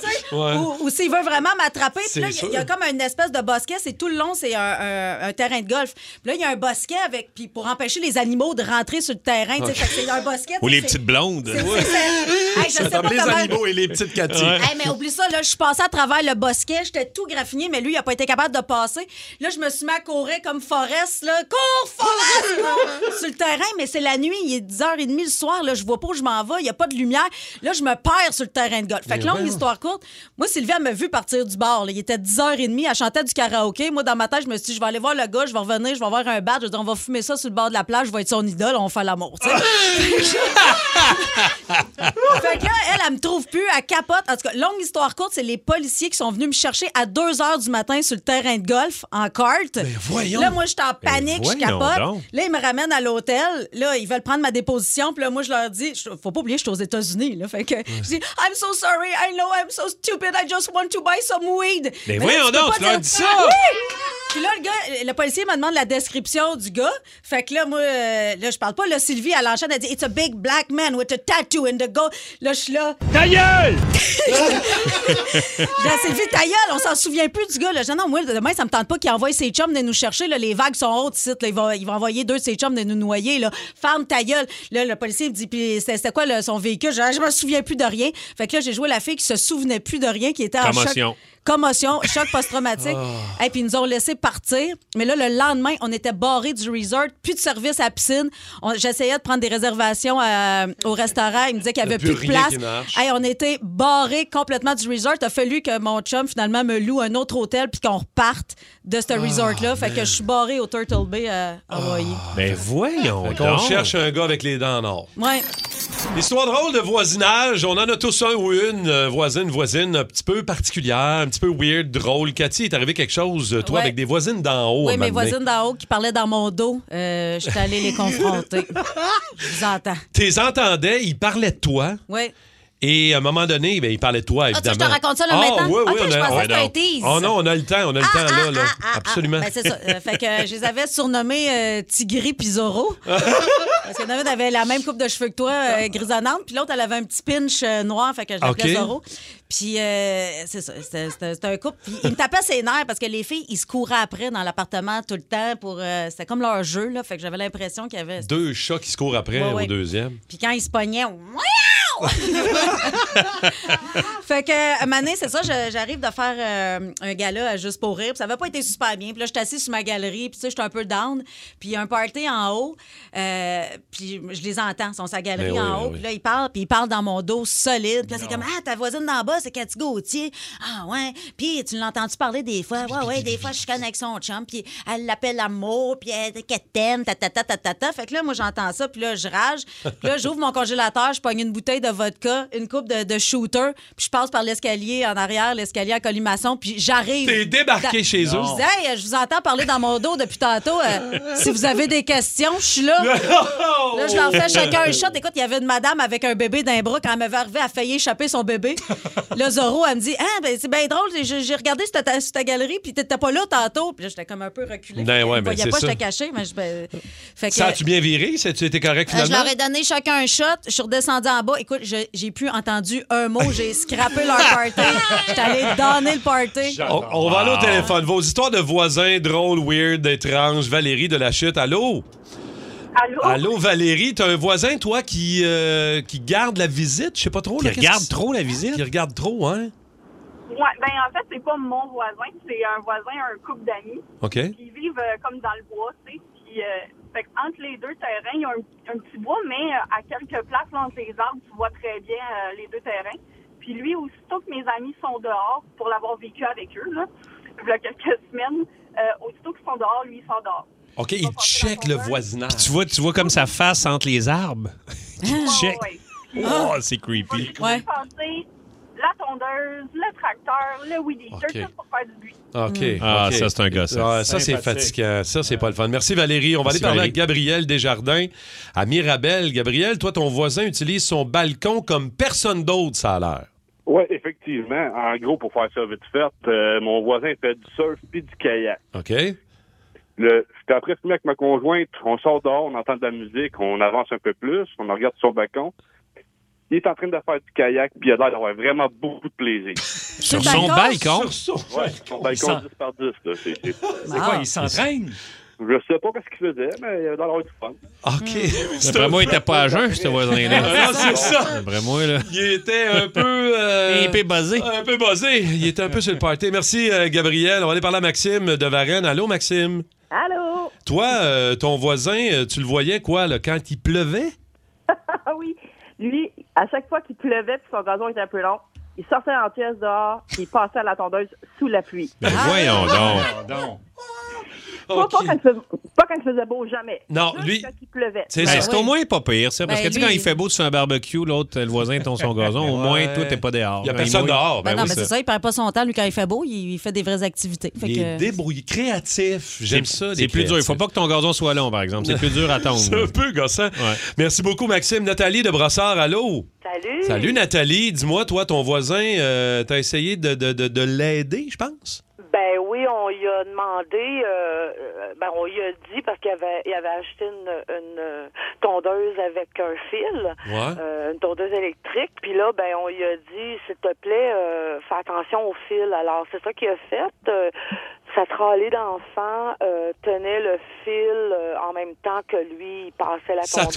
S4: c'est- tu sais?
S13: Ouais.
S4: Ou, ou s'il veut vraiment m'attraper. Puis là,
S13: C'est
S4: il y a- il y, a
S13: sûr.
S4: comme une espèce de bosquet, c'est tout le long, c'est un, un- un terrain de golf. Puis là, il y a un bosquet avec, puis pour empêcher les animaux de rentrer sur le terrain, tu sais,
S2: Ok.
S4: fait que c'est un bosquet.
S2: Ou les
S4: c'est-
S2: petites blondes.
S4: c'est-
S2: Ouais.
S4: c'est- c'est- Hey, je
S2: Ça
S4: sais pas
S2: tombe, les
S4: comment-
S2: animaux et les petites Cathy.
S4: Ouais. Hey, mais oublie ça, là, je suis passée à travers le bosquet, j'étais tout graffiné, mais lui, il a pas été capable de passer. Là, je me suis mis à courir comme Forest, là. Cours, Forest, cours! sur le terrain, mais c'est la nuit, il est 10h30 le soir, là, je vois pas où je m'en vais, il y a pas de lumière. Là, je me perds sur le terrain de golf. Fait
S13: Mais
S4: que longue
S13: voyons.
S4: histoire courte, moi, Sylvie, elle m'a vu partir du bar, là. Il était 10h30, elle chantait du karaoké. Moi, dans ma tête, je me suis dit, je vais aller voir le gars, je vais revenir, je vais avoir un badge, je vais dire, on va fumer ça sur le bord de la plage, je vais être son idole, on va faire l'amour, tu sais. fait que là, elle, elle me trouve plus, elle capote. En tout cas, longue histoire courte, c'est les policiers qui sont venus me chercher à 2 h du matin sur le terrain de golf en carte.
S13: Ben, voyons.
S4: Là, moi, j'étais en
S13: Mais
S4: panique, je
S13: voyons
S4: capote.
S13: donc.
S4: Là, ils me ramènent à l'hôtel. Là, ils veulent prendre ma déposition. Puis là, moi, je leur dis, je- faut pas oublier, je suis aux États-Unis. Là, fait que je dis, I'm so sorry, I know I'm so stupid, I just want to buy some weed.
S3: Mais
S4: là,
S3: voyons
S4: tu peux
S3: donc,
S4: pas
S3: tu leur
S4: dire
S3: dis ça?
S4: Oui! Puis là, le gars, le policier me demande la description du gars. Fait que là, moi, euh, là, je parle pas. Là, Sylvie, elle enchaîne, elle dit, It's a big black man with a tattoo and the go. Là, je suis là. Ta <laughs> gueule! Là, Sylvie, ta gueule, on s'en souvient plus du gars. Là. Je dis, non, moi, demain, ça me tente pas qu'il envoie ses chums de nous chercher. Là. Les vagues sont hautes ici. Là. Il, va, il va envoyer deux de ses chums de nous noyer. Là. Ferme ta gueule. Là, le policier me dit, puis c'était c'était quoi là, son véhicule? Je, dis, Ah, je me souviens plus de rien. Fait que là, j'ai joué la fille qui se souvenait plus de rien, qui était en
S3: Commotion.
S4: choc. Commotion, choc post-traumatique.
S3: Ah.
S4: Et puis ils nous ont laissé partir. Mais là, le lendemain, on était barrés du resort, plus de service à la piscine. On- J'essayais de prendre des réservations à- au restaurant. Ils me disaient qu'il n'y
S13: Il y a
S4: avait
S13: plus
S4: plus, de
S13: rien
S4: place.
S13: qui marche.
S4: Hey, on était barrés complètement du resort. Il a fallu que mon chum, finalement, me loue un autre hôtel puis qu'on reparte de ce resort-là. Fait que je suis barrée au Turtle Bay euh, à Hawaii.
S12: Ben
S2: Mais voyons On
S3: donc.
S2: cherche un gars avec les dents en or.
S4: Ouais.
S2: Histoire drôle de voisinage, on en a tous un ou une euh, voisine, voisine un petit peu particulière, un petit peu weird, drôle. Cathy, est arrivé quelque chose, euh, toi,
S4: Ouais.
S2: avec des voisines d'en haut.
S4: Oui,
S2: un
S4: mes
S2: moment donné.
S4: voisines d'en haut qui parlaient dans mon dos, euh, j'étais allée les confronter. Je vous entends.
S2: T'es entendais, ils parlaient de toi.
S4: Oui.
S2: Et à un moment donné, ben, il parlait de toi,
S4: tu veux
S2: évidemment.
S4: que je te raconte ça, là,
S2: Ah,
S4: maintenant?
S2: Oui, oui,
S4: Ok,
S2: on a,
S4: je pensais
S2: ouais,
S4: que c'était un
S2: non.
S4: tease.
S2: Oh non, on a le temps, on a le
S4: Ah,
S2: temps, là, là. Absolument.
S4: Ben, c'est ça. Euh,
S2: <laughs>
S4: fait que euh, je les avais surnommés euh, Tigri puis Zorro. Parce qu'il y en avait qui avaient la même coupe de cheveux que toi, euh, grisonnante. Puis l'autre, elle avait un petit pinch euh, noir. Fait que je l'appelais
S13: Ok.
S4: Zorro. Puis euh, c'est ça. C'était- C'était c'était un couple. Puis ils me tapaient ses nerfs parce que les filles, ils se couraient après dans l'appartement tout le temps. pour euh, C'était comme leur jeu, là. Fait que j'avais l'impression qu'il y avait.
S2: Deux chats qui se courent après
S4: Ouais, ouais.
S2: au deuxième.
S4: Puis quand ils se pognaient, Miaou! <laughs> fait que, à Mané, c'est ça, je- j'arrive de faire euh, un gala à juste pour rire. Puis ça avait pas été super bien. Puis là, j'étais assise sur ma galerie, puis tu sais, j'étais un peu down. Puis il y a un party en haut, euh, puis je les entends, ils sont sur la galerie
S13: Mais Ben oui,
S4: en
S13: mais
S4: haut.
S13: oui.
S4: Puis là, ils parlent, puis ils parlent dans mon dos solide. Puis là, c'est
S13: Non.
S4: comme, ah, ta voisine d'en bas, c'est Cathy Gauthier. Ah, ouais. Puis tu l'entends-tu parler des fois? Ouais, ouais, des fois, je suis avec son chum, puis elle l'appelle l'amour, puis elle dit qu'elle t'aime, ta, ta, ta, ta, ta, ta. Fait que là, moi, j'entends ça, puis là, je rage. Puis là, j'ouvre mon congélateur, je pogne une bouteille de vodka, une coupe de, de shooter, puis je passe par l'escalier en arrière, l'escalier à colimaçon, puis j'arrive.
S2: T'es débarqué
S4: Dans-
S2: chez eux.
S4: Je dis, hey, je vous entends parler dans mon dos depuis tantôt. Euh, si vous avez des questions, je suis
S2: <laughs>
S4: là. Là, je leur fais chacun un shot. Écoute, il y avait une madame avec un bébé d'un bras quand elle m'avait arrivé à failli échapper son
S2: <laughs>
S4: bébé. Là, Zorro, elle me dit Ah, ben, c'est bien drôle, j'ai j'ai regardé sur ta, sur ta galerie, puis t'étais pas là tantôt. Puis là, j'étais comme un peu reculée.
S2: Ben ouais,
S4: Je
S2: ben,
S4: voyais
S2: c'est
S4: pas,
S2: ça.
S4: j'étais cachée. Mais je, ben, fait que-
S2: Ça a-tu bien viré? Ça, Tu étais correct
S4: euh, je
S2: finalement?
S4: leur ai donné chacun un shot. Je suis redescendue en bas. Écoute, je- j'ai plus entendu un mot. J'ai scrappé leur
S2: <laughs>
S4: party. J'étais allée donner le party.
S2: on, on va aller au
S4: Wow.
S2: téléphone. Vos histoires de voisins drôles, weird, étranges. Valérie de la Chute, allô?
S14: Allô?
S2: Allô, Valérie. T'as un voisin, toi, qui, euh, qui garde la visite? Je sais pas trop.
S8: Qui regarde
S2: trop la visite? Qui regarde trop, hein?
S14: Ouais, ben en fait, c'est pas mon voisin, c'est un voisin, un couple d'amis.
S2: OK.
S14: Ils vivent euh, comme dans le bois, tu sais. Puis, euh, fait que entre les deux terrains, il y a un, un petit bois, mais euh, à quelques places là, entre les arbres, tu vois très bien euh, les deux terrains. Puis lui, aussitôt que mes amis sont dehors, pour l'avoir vécu avec eux, là, il y a quelques semaines, euh, aussitôt qu'ils sont dehors, lui, il s'endort.
S2: OK, il check le voisinage.
S3: Tu vois, tu vois comme sa face entre
S4: <laughs>
S3: les arbres.
S4: Ah,
S3: Il check.
S14: Ouais. euh,
S3: Oh, c'est creepy.
S14: Faut juste penser, la tondeuse, le tracteur, le weed eater,
S2: Ok.
S14: tout pour faire du bruit.
S2: OK.
S3: Ah,
S2: ok.
S3: ça, c'est un gars, ça.
S2: Ah, ça, c'est
S3: Sympathique.
S2: fatigant. Ça, c'est pas le fun. Merci, Valérie. On va
S3: Merci,
S2: aller parler
S3: Valérie.
S2: avec Gabriel Desjardins à Mirabel. Gabriel, toi, ton voisin utilise son balcon comme personne d'autre, ça a l'air.
S13: Oui, effectivement. En gros, pour faire ça vite fait, euh, mon voisin fait du surf puis du kayak.
S2: OK?
S13: Le, j'étais après filmé avec ma conjointe, on sort dehors, on entend de la musique, on avance un peu plus, on regarde sur son balcon. Il est en train de faire du kayak, puis il a l'air d'avoir vraiment beaucoup de plaisir.
S15: Sur le son balcon? balcon?
S13: Sur son, ouais, son balcon
S15: s'en-
S13: 10 par 10. Là. C'est, c'est-
S15: C'est quoi, il s'entraîne?
S13: Je sais pas ce qu'il faisait, mais il avait l'air d'avoir du fun.
S2: OK.
S15: Hmm.
S3: D'après moi, il était pas à jeun, ce voisin-là.
S2: Ah, non, c'est ça.
S3: D'après moi, là.
S2: Il était un peu. euh,
S3: Un peu buzzé.
S2: Un peu buzzé. Il était un peu sur le party. Merci, euh, Gabriel. On va aller parler à Maxime de Varennes. Allô, Maxime?
S16: Allô? <laughs>
S2: Toi, euh, ton voisin, euh, tu le voyais quoi, là, quand il pleuvait?
S16: Ah oui. Lui, à chaque fois qu'il pleuvait puis son gazon était un peu long, il sortait en pièces dehors puis il passait à la tondeuse sous la pluie. Ah.
S3: Ben
S17: Ah!
S3: voyons donc.
S16: Pas, pas quand il fais- pas quand il faisait beau, jamais.
S3: Non,
S16: Juste
S3: lui-
S16: Quand il pleuvait.
S3: C'est Ben c'est au moins pas pire, ça. Parce
S16: Ben,
S3: que tu sais, quand
S16: lui-
S3: il fait beau, tu fais un barbecue, l'autre, le voisin tombe son gazon. Au moins, toi, t'es pas dehors.
S2: Il y a
S3: Quand
S2: personne
S3: mouille-
S2: dehors,
S4: Ben non, mais c'est ça. il perd pas son temps. Lui, quand il fait beau, il, il fait des vraies activités. Fait
S2: Il
S4: que-
S2: est débrouillé, créatif. J'aime ça.
S3: C'est
S2: les
S3: plus dur. Il
S2: créatifs.
S3: faut pas que ton gazon soit long, par exemple. C'est plus dur à tomber.
S2: <laughs> C'est un peu gossant. Merci beaucoup, Maxime. Nathalie de Brossard, allô?
S18: Salut.
S2: Salut, Nathalie. Dis-moi, toi, ton voisin, euh, t'as essayé de, de- de- de l'aider, je pense?
S18: Ben oui, on lui a demandé, euh, euh, ben on lui a dit parce qu'il avait, il avait acheté une, une, euh, tondeuse avec un fil,
S2: Ouais.
S18: euh, une tondeuse électrique. Puis là, ben on lui a dit, s'il te plaît, euh, fais attention au fil. Alors c'est ça qu'il a fait. Euh, sa tralée d'enfant euh, tenait le fil euh, en même temps que lui il passait la
S2: Sa
S18: tondeuse.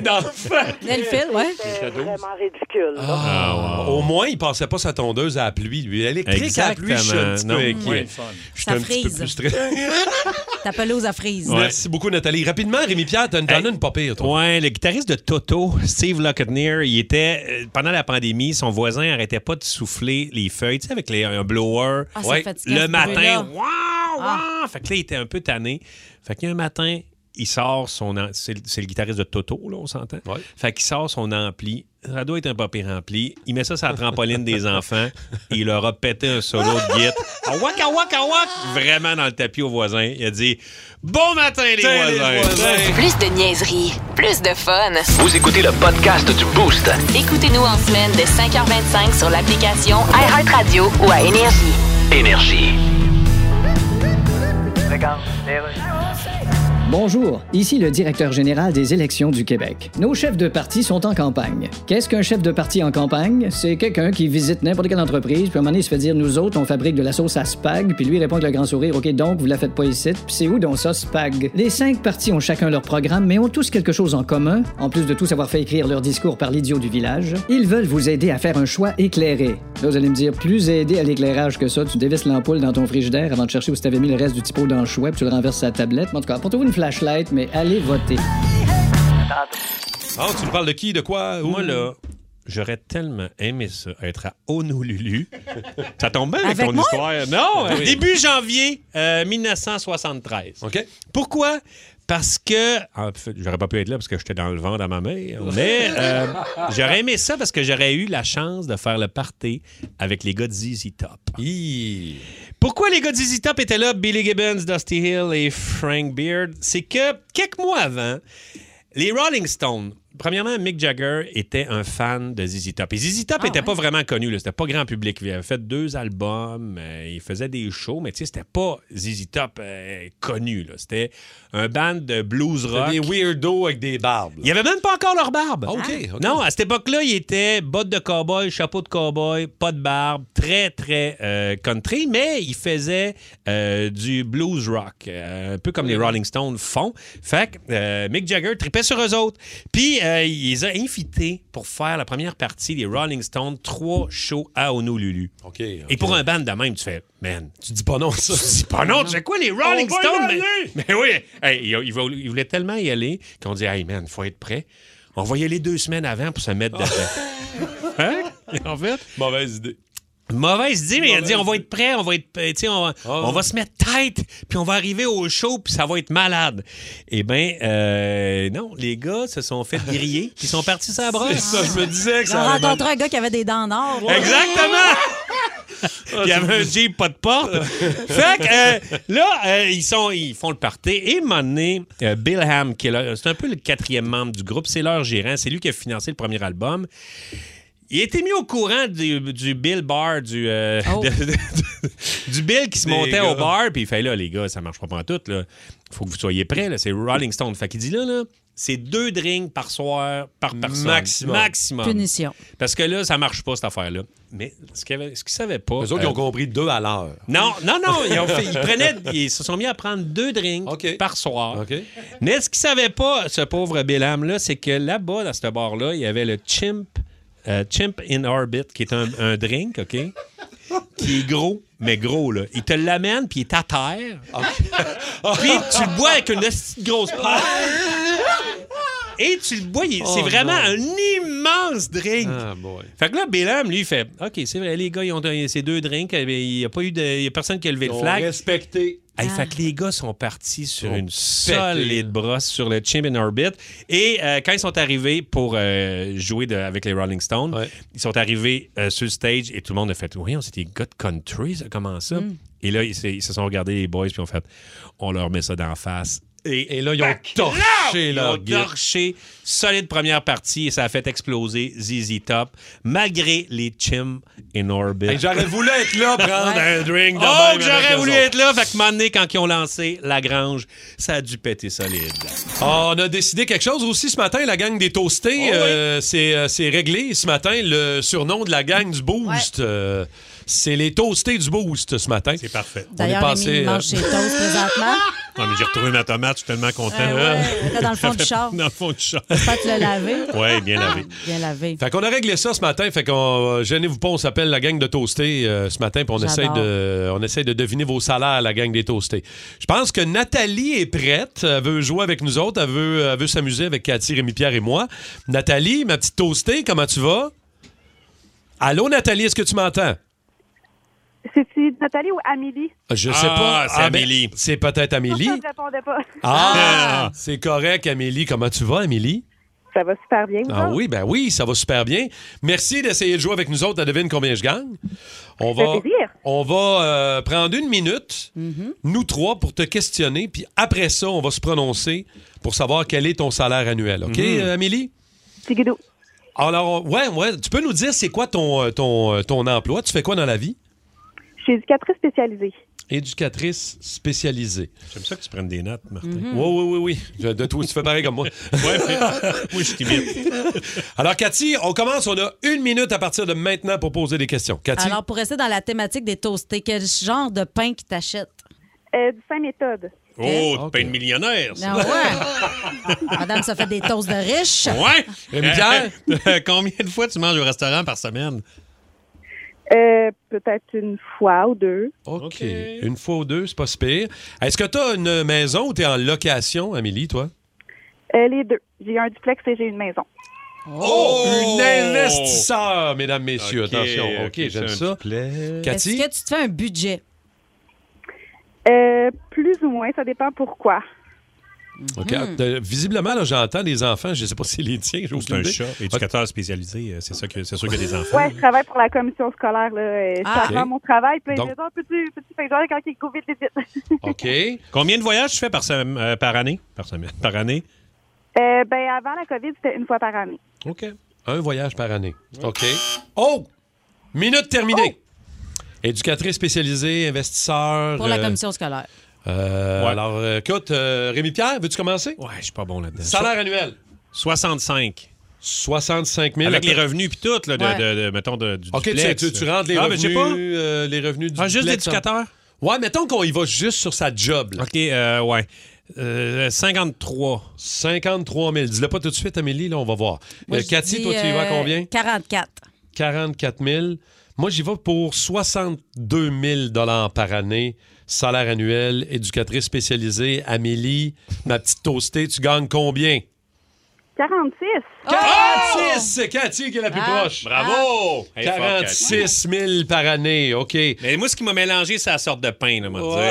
S4: <laughs>
S2: d'enfant.
S4: Tenait le fil, ouais.
S18: C'était vraiment ridicule.
S2: Ah.
S18: là.
S3: Ah,
S2: Au moins, il passait pas sa tondeuse à la pluie, lui. Électrique à la pluie, je suis un petit peu
S3: Exactement. Non.
S2: inquiet. Je suis
S4: Ça
S2: un petit peu
S4: frise.
S2: plus stressé.
S4: <laughs> Ta pelouse à frise.
S2: Merci beaucoup, Nathalie. Rapidement, Rémi-Pierre, t'en as une pas pire, toi.
S3: Ouais, le guitariste de Toto, Steve Lockner, il était euh, pendant la pandémie, son voisin arrêtait pas de souffler les feuilles, tu sais, avec les- un blower.
S15: Ah, c'est
S3: Ouais.
S15: fatigant,
S3: le
S15: ce
S3: matin,
S15: bruit-là.
S3: waouh, waouh.
S4: Ah.
S3: Ah, Fait que là, il était un peu tanné. Fait qu'un matin, il sort son, am- c'est le- c'est le guitariste de Toto, là, on s'entend. Fait qu'il sort son ampli. Ça doit être un papier rempli. Il met ça sur la trampoline <laughs> des enfants et il leur a pété un solo de guitare. Ah, waka, waka, wak! Vraiment dans le tapis aux voisins. Il a dit Bon matin, les voisins!
S9: Plus de niaiserie, plus de fun.
S1: Vous écoutez le podcast du Boost.
S9: Écoutez-nous en semaine de 5h25 sur l'application iHeartRadio ou à Énergie.
S1: Énergie.
S10: Bonjour, ici le directeur général des élections du Québec. Nos chefs de parti sont en campagne. Qu'est-ce qu'un chef de parti en campagne? C'est quelqu'un qui visite n'importe quelle entreprise, puis à un moment donné, il se fait dire Nous autres, on fabrique de la sauce à spag, puis lui répond avec le grand sourire OK, donc vous la faites pas ici, puis c'est où donc ça, spag? Les cinq partis ont chacun leur programme, mais ont tous quelque chose en commun, en plus de tous avoir fait écrire leur discours par l'idiot du village. Ils veulent vous aider à faire un choix éclairé. Là, vous allez me dire Plus aider à l'éclairage que ça, tu dévisses l'ampoule dans ton frigidaire avant de chercher où tu avais mis le reste du typo dans le choix, puis tu le renverses sur la tablette. En tout cas, portez-vous une flashlight, mais allez voter.
S2: Ah, tu me parles de qui, de quoi?
S3: Moi, là, j'aurais tellement aimé ça, être à Honolulu. ça tombe bien avec,
S15: Avec
S3: ton
S15: moi?
S3: histoire. Non,
S15: Ah oui.
S3: début janvier euh, 1973.
S2: OK.
S3: Pourquoi? Parce que, en fait, j'aurais pas pu être là parce que j'étais dans le ventre à ma mère, mais euh, j'aurais aimé ça parce que j'aurais eu la chance de faire le party avec les gars de ZZ Top. Pourquoi les gars de ZZ Top étaient là, Billy Gibbons, Dusty Hill et Frank Beard? C'est que quelques mois avant, les Rolling Stones, premièrement, Mick Jagger était un fan de ZZ Top. Et ZZ Top n'était pas vraiment connu, là. c'était pas grand public. Il avait fait deux albums, euh, il faisait des shows, mais tu sais, c'était pas ZZ Top euh, connu. là. C'était un band de blues rock.
S2: Des weirdos avec des barbes.
S3: Il n'y avait même pas encore leur barbe.
S2: Ah, ok, ok.
S3: Non, à cette époque-là, il était bottes de cowboy, chapeau de cowboy, pas de barbe, très, très euh, country, mais il faisait euh, du blues rock, euh, un peu comme les Rolling Stones font. Fait que euh, Mick Jagger tripait sur eux autres. Puis, euh, il les a invités pour faire la première partie des Rolling Stones, trois shows à Honolulu.
S2: OK.
S3: Et pour un band de même, tu fais, man, tu dis pas non, ça. Tu dis pas
S15: Ah
S3: non,
S15: non.
S3: tu sais quoi, les Rolling
S15: On va y
S3: Stones?
S15: aller!
S3: <laughs> Mais, mais Ben oui, Hey, il, il voulait- il voulait tellement y aller qu'on dit, hey man, faut être prêt. On va y aller deux semaines avant pour se mettre de Hein? en fait.
S2: Mauvaise idée.
S3: Mauvaise idée, mais il a dit on va être prêt, on va être, euh, tu sais, on, on va se mettre tête, puis on va arriver au show, puis ça va être malade. Eh bien, non, les gars se sont fait griller, puis ils sont partis sur la broche.
S4: C'est ça, je
S3: me disais
S4: On a rencontré un gars qui avait des dents en or.
S3: Exactement!
S8: Ah,
S3: Il y avait un Jeep, pas de porte.
S8: <laughs>
S3: fait que euh, là, euh, ils, sont, ils font le party. Et à un moment donné, euh, Bill Ham, qui est là, c'est un peu le quatrième membre du groupe, c'est leur gérant, c'est lui qui a financé le premier album. Il était mis au courant du, du Bill Bar, du, euh, <laughs> de- de- du Bill qui se
S8: Oh. Des
S3: montait
S8: gars.
S3: au bar, puis il fait là, les gars, ça marche pas pour tout, là. Faut que vous soyez prêts, là. C'est Rolling Stone. Fait qu'il dit là, là, c'est deux drinks par soir, par
S8: Mm.
S3: personne.
S2: Maximum.
S3: Maximum.
S4: Punition.
S3: Parce que là, ça marche pas, cette affaire-là. Mais ce qu'ils ne savaient pas. euh,
S2: Eux autres, ils ont compris deux à l'heure.
S3: Non, non, non. Ils, ont fait- ils prenaient, ils se sont mis à prendre deux drinks par soir. Mais ce qu'ils ne savaient pas, ce pauvre Bélam-là, c'est que là-bas, dans ce bar-là, il y avait le Chimp, euh, Chimp in Orbit, qui est un, un drink, OK? Qui est gros, mais gros, là. Il te l'amène, puis il est à terre. puis tu le bois avec une
S2: <laughs>
S3: petite grosse paille. Et tu le bois, il- c'est
S8: Oh,
S3: vraiment
S8: non.
S3: un immense drink. Fait que là, Bélam, lui, il fait OK, c'est vrai, les gars, ils ont donné ces deux drinks. eh bien, Il n'y a pas eu de. Il y a personne qui a levé
S2: Ils
S3: le
S2: ont
S3: flag.
S2: respecté.
S3: Hey,
S4: Ah.
S3: Fait que les gars sont partis sur une solide brosse sur le Chimp in Orbit. Et euh, quand ils sont arrivés pour euh, jouer de- avec les Rolling Stones, ils sont arrivés euh, sur le stage et tout le monde a fait Oui, on c'était God Country, ça, comment ça?
S2: Mm.
S3: Et là, ils, se- ils se sont regardés, les boys, puis ont fait On leur met ça d'en face. Et,
S2: là, ils ont torché
S3: Ils
S2: leur
S3: ont
S2: guide.
S3: torché. Solide première partie et ça a fait exploser ZZ Top, malgré les Chim in Orbit.
S2: Hey, J'aurais voulu être là, prendre
S3: Ouais.
S2: un drink de
S3: Oh,
S2: même
S3: que j'aurais
S2: avec
S3: voulu
S2: eux autres.
S3: être là. Fait que m'amener quand ils ont lancé la grange, ça a dû péter solide.
S2: Ah, on a décidé quelque chose aussi ce matin, la gang des toastés.
S3: Oh
S2: euh, c'est, euh, c'est réglé ce matin. Le surnom de la gang du Boost, euh, c'est les toastés du Boost ce matin. C'est
S3: parfait.
S4: D'ailleurs, Rémi, il
S2: euh,
S4: mange
S2: <laughs>
S4: ses toasts présentement.
S3: Non, mais j'ai retrouvé ma tomate, je suis tellement
S4: Ouais,
S3: content.
S4: ouais,
S2: <laughs>
S4: elle était dans le fond du char.
S3: Dans le fond du char.
S4: Pas te le laver.
S3: Oui, bien lavé.
S4: Bien lavé.
S2: Fait qu'on a réglé ça ce matin. Fait qu'on euh, gênez-vous pas, on s'appelle la gang de toastés euh, ce matin, puis on
S4: J'adore.
S2: essaie de on essaie de deviner vos salaires, la gang des toastés. Je pense que Nathalie est prête. Elle veut jouer avec nous autres. Elle veut, elle veut s'amuser avec Cathy, Rémi Pierre et moi. Nathalie, ma petite toastée, comment tu vas? Allô, Nathalie, est-ce que tu m'entends?
S14: C'est-tu Nathalie ou Amélie?
S2: Je sais
S3: Ah,
S2: pas.
S3: c'est
S2: ben,
S3: Amélie.
S2: c'est peut-être Amélie.
S14: Pourquoi je répondais pas? <laughs>
S2: Ah, c'est correct, Amélie. Comment tu vas, Amélie?
S14: Ça va super bien. vous
S2: Ah
S14: autres?
S2: oui, ben oui, ça va super bien. Merci d'essayer de jouer avec nous autres à devine combien je gagne. On
S14: Ça fait
S2: va,
S14: plaisir. Mhm.
S2: on va euh, prendre une minute, nous trois, pour te questionner, puis après ça, on va se prononcer pour savoir quel est ton salaire annuel, OK,
S14: Mhm.
S2: euh, Amélie? Alors, on- ouais, ouais, tu peux nous dire c'est quoi ton, euh, ton, euh, ton emploi? Tu fais quoi dans la vie?
S14: Je suis éducatrice spécialisée.
S2: Éducatrice spécialisée. Mhm.
S3: J'aime ça que tu prennes des notes, Martin.
S2: Oui, oui, oui, oui. Je- De toi, tu fais pareil comme
S3: <laughs>
S2: moi.
S3: Moi, je t'imite.
S2: <laughs> Alors, Cathy, on commence. On a une minute à partir de maintenant pour poser des questions. Cathy?
S4: Alors, pour rester dans la thématique des toastés, quel genre de pain qui t'achètes?
S14: Euh, du pain méthode.
S3: Oh, tu peins de millionnaire, ça.
S4: Non, ouais. Euh, Madame, ça fait des toasts de riches.
S3: <laughs> Ouais.
S4: Rémi
S3: Euh, euh, <laughs> combien de fois tu manges au restaurant par semaine?
S14: Euh, Peut-être une fois ou deux.
S2: OK.
S4: euh,
S2: Une fois ou deux, c'est pas si pire. Est-ce que tu as une maison ou tu es en location, Amélie, toi?
S14: Euh, les deux. J'ai un duplex et j'ai une maison.
S2: Oh! Une investisseur, mesdames, messieurs.
S3: OK,
S2: Attention. OK,
S3: OK, c'est
S2: j'aime
S3: un
S2: ça. Euh,
S4: Est-ce
S2: Cathy?
S4: que tu te fais un budget?
S14: Euh, plus ou moins, ça dépend pourquoi.
S2: OK.
S4: Hmm.
S2: Euh, Visiblement, là, j'entends des enfants. Je sais pas si c'est les tiens. j'ai
S3: C'est
S2: aucune
S3: un
S2: idée.
S3: chat, éducateur spécialisé. euh, C'est ça que- c'est sûr qu'il y a des enfants.
S14: Ouais, je travaille pour la commission scolaire. Là, euh, je
S3: Ah.
S14: suis à
S3: Ok.
S14: mon travail. Puis là,
S3: Donc-
S14: ils me disent, Ah, peux-tu peux-tu faire jouer quand il y a COVID visite?
S2: OK.
S3: Combien de voyages tu fais par, sem- euh, par année? Par semaine. Par année?
S14: Euh, ben, avant la COVID, c'était une fois par année.
S2: OK. Un voyage par année. OK. Oh! Minute terminée.
S3: Oh!
S2: Éducatrice spécialisée, investisseur.
S4: Pour la
S2: euh,
S4: commission scolaire.
S2: euh,
S3: Ouais.
S2: Alors, euh, écoute, euh, Rémi-Pierre, veux-tu commencer?
S3: Ouais, je suis pas bon là-dedans.
S2: Salaire annuel.
S3: 65.
S2: 65 000.
S3: Avec les revenus puis tout, là, de,
S2: Ouais.
S3: de- de- mettons, de- du
S2: OK, tu,
S3: duplex.
S2: tu- tu rentres les
S3: Ah, mais
S2: revenus,
S3: je sais pas.
S2: euh, les revenus du
S3: Ah, juste
S2: duplex hein. en-
S3: l'éducateur?
S2: Ouais, mettons qu'on y va juste sur sa job.
S3: OK, euh, ouais. Euh, 53.
S2: 53 000. Dis-le pas tout de suite, Amélie, là, on va voir.
S4: Moi,
S2: Euh,
S4: je
S2: Cathy,
S4: dis,
S2: toi, tu y vas à
S4: euh,
S2: combien?
S4: 44.
S2: 44 000. Moi, j'y vais pour 62 000 par année. Salaire annuel, éducatrice spécialisée. Amélie, ma petite toastée, tu gagnes combien?
S14: 46.
S2: 46! C'est Cathy qui est la plus
S14: Ah!
S2: proche.
S3: Bravo!
S2: Hey, fuck, 46 000 par année, OK.
S3: Mais moi, ce qui m'a mélangé, c'est la sorte de pain, là, moi,
S2: Ouais.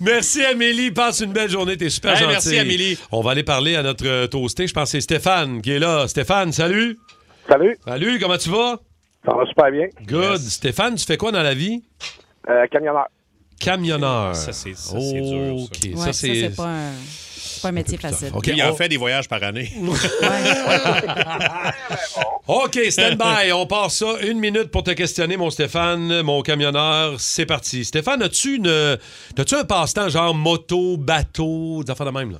S2: Merci, Amélie. Passe une belle journée. T'es super
S3: Hey,
S2: gentille.
S3: merci, Amélie.
S2: On va aller parler à notre euh, toasté. Je pense que c'est Stéphane qui est là. Stéphane, salut. Salut. Salut, comment tu vas?
S13: Ça va super bien. Euh,
S2: Good. Stéphane, tu fais quoi dans la vie?
S13: camionneur.
S2: Camionneur.
S3: Ça, c'est ça, c'est dur,
S2: OK.
S3: ça.
S2: Ça,
S4: Ouais, ça,
S2: c'est... Oh,
S4: c'est pas, un- c'est pas un métier facile.
S2: OK,
S3: Lui, il en
S2: on-
S3: fait des voyages
S2: <laughs>
S3: par année.
S2: OK, stand by. On part ça. Une minute pour te questionner, mon Stéphane, mon camionneur. C'est parti. Stéphane, as-tu une... As-tu un passe-temps genre moto, bateau, des affaires de même, là?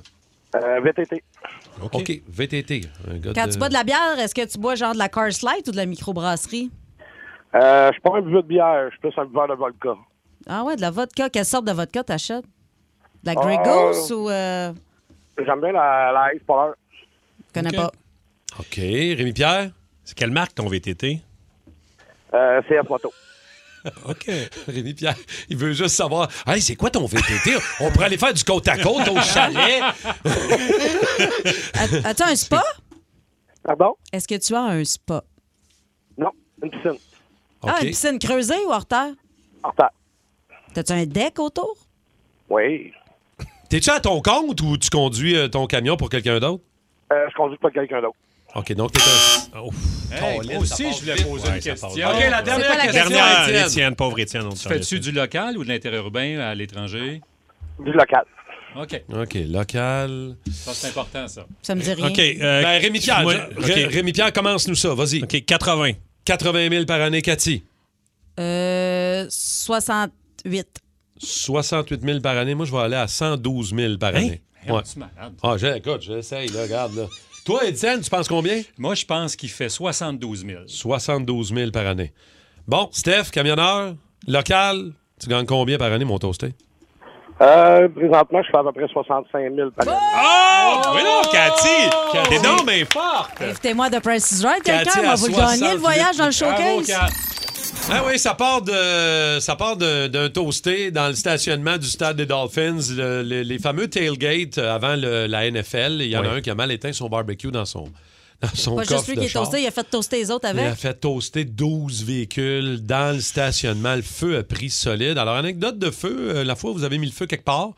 S13: VTT.
S2: OK. VTT. Un gars
S4: Quand
S2: de-
S4: tu
S2: <laughs>
S4: bois de la bière, est-ce que tu bois genre de la Cars Light ou de la microbrasserie?
S13: Euh, je suis pas un buveur de bière, je suis plus un buveur de vodka.
S4: Ah ouais, de la vodka. Quelle sorte de vodka t'achètes? De la
S13: Ah,
S4: Grey Goose ou... euh,
S13: J'aime bien la, la Ice Polar.
S4: Je connais pas.
S2: <laughs> OK. Rémi-Pierre?
S3: C'est quelle marque ton VTT?
S13: Euh, c'est un moto.
S3: OK.
S2: Rémi-Pierre, il veut juste savoir Hey, c'est quoi ton VTT? On pourrait aller faire du côte à côte au
S4: <laughs>
S2: chalet.
S4: As- As-tu un spa?
S13: Pardon?
S4: Est-ce que tu as un spa?
S13: Non, une piscine.
S4: Ah,
S13: OK.
S4: une piscine creusée ou hors terre?
S13: Hors terre.
S4: T'as-tu un deck autour?
S13: Oui.
S2: T'es-tu à ton compte ou tu conduis euh, ton camion pour quelqu'un d'autre?
S13: Euh, je conduis pas quelqu'un d'autre.
S2: OK, donc t'es un. Ouf.
S15: moi aussi, je voulais poser une question.
S2: vite. OK, la dernière C'est quoi la question,
S3: Dernière,
S2: Étienne.
S3: Étienne, pauvre Étienne. on te
S15: Tu
S3: parlait.
S15: fais-tu du local ou de l'interurbain à l'étranger?
S13: Du local.
S15: OK.
S2: OK, local.
S15: Ça, c'est important, ça.
S4: Ça me dit rien.
S3: OK. euh,
S2: Ben, Rémi-Pierre,
S3: moi-
S2: je-
S3: OK.
S2: Ré- Rémi-Pierre, commence-nous ça. Vas-y.
S3: OK, 80.
S2: 80 000 par année, Cathy.
S4: Euh, 68.
S2: 68 000 par année. Moi, je vais aller à 112 000 par année.
S15: Hein? Hey, on est-tu malade?
S2: Ah, j'ai- écoute, j'essaye, là, regarde. Là. Toi, Étienne, tu penses combien?
S15: Moi, je pense qu'il fait 72 000.
S2: 72 000 par année. Bon, Steph, camionneur, local, tu gagnes combien par année, mon toasté?
S13: Euh, présentement, je fais à peu près 65 000 par année.
S3: Oh! Mais non, Cathy! T'es donc bien forte!
S4: Invitez-moi de Price is Right, quelqu'un.
S2: Cathy
S4: On
S2: à
S4: va vous le gagner,
S2: 68.
S4: le voyage dans le
S2: Bravo,
S4: showcase.
S2: Kat. Ah oui, ça part de ça part de- d'un toasté dans le stationnement du stade des Dolphins, le- le- les fameux tailgates avant le- la NFL. Il y en a un qui a mal éteint son barbecue dans son dans son
S4: Pas
S2: coffre
S4: juste lui
S2: de
S4: qui est
S2: char.
S4: toasté, il a fait toaster les autres
S2: Il
S4: avec.
S2: a fait toaster 12 véhicules dans le stationnement. Le feu a pris solide. Alors, anecdote de feu, euh, la fois où vous avez mis le feu quelque part,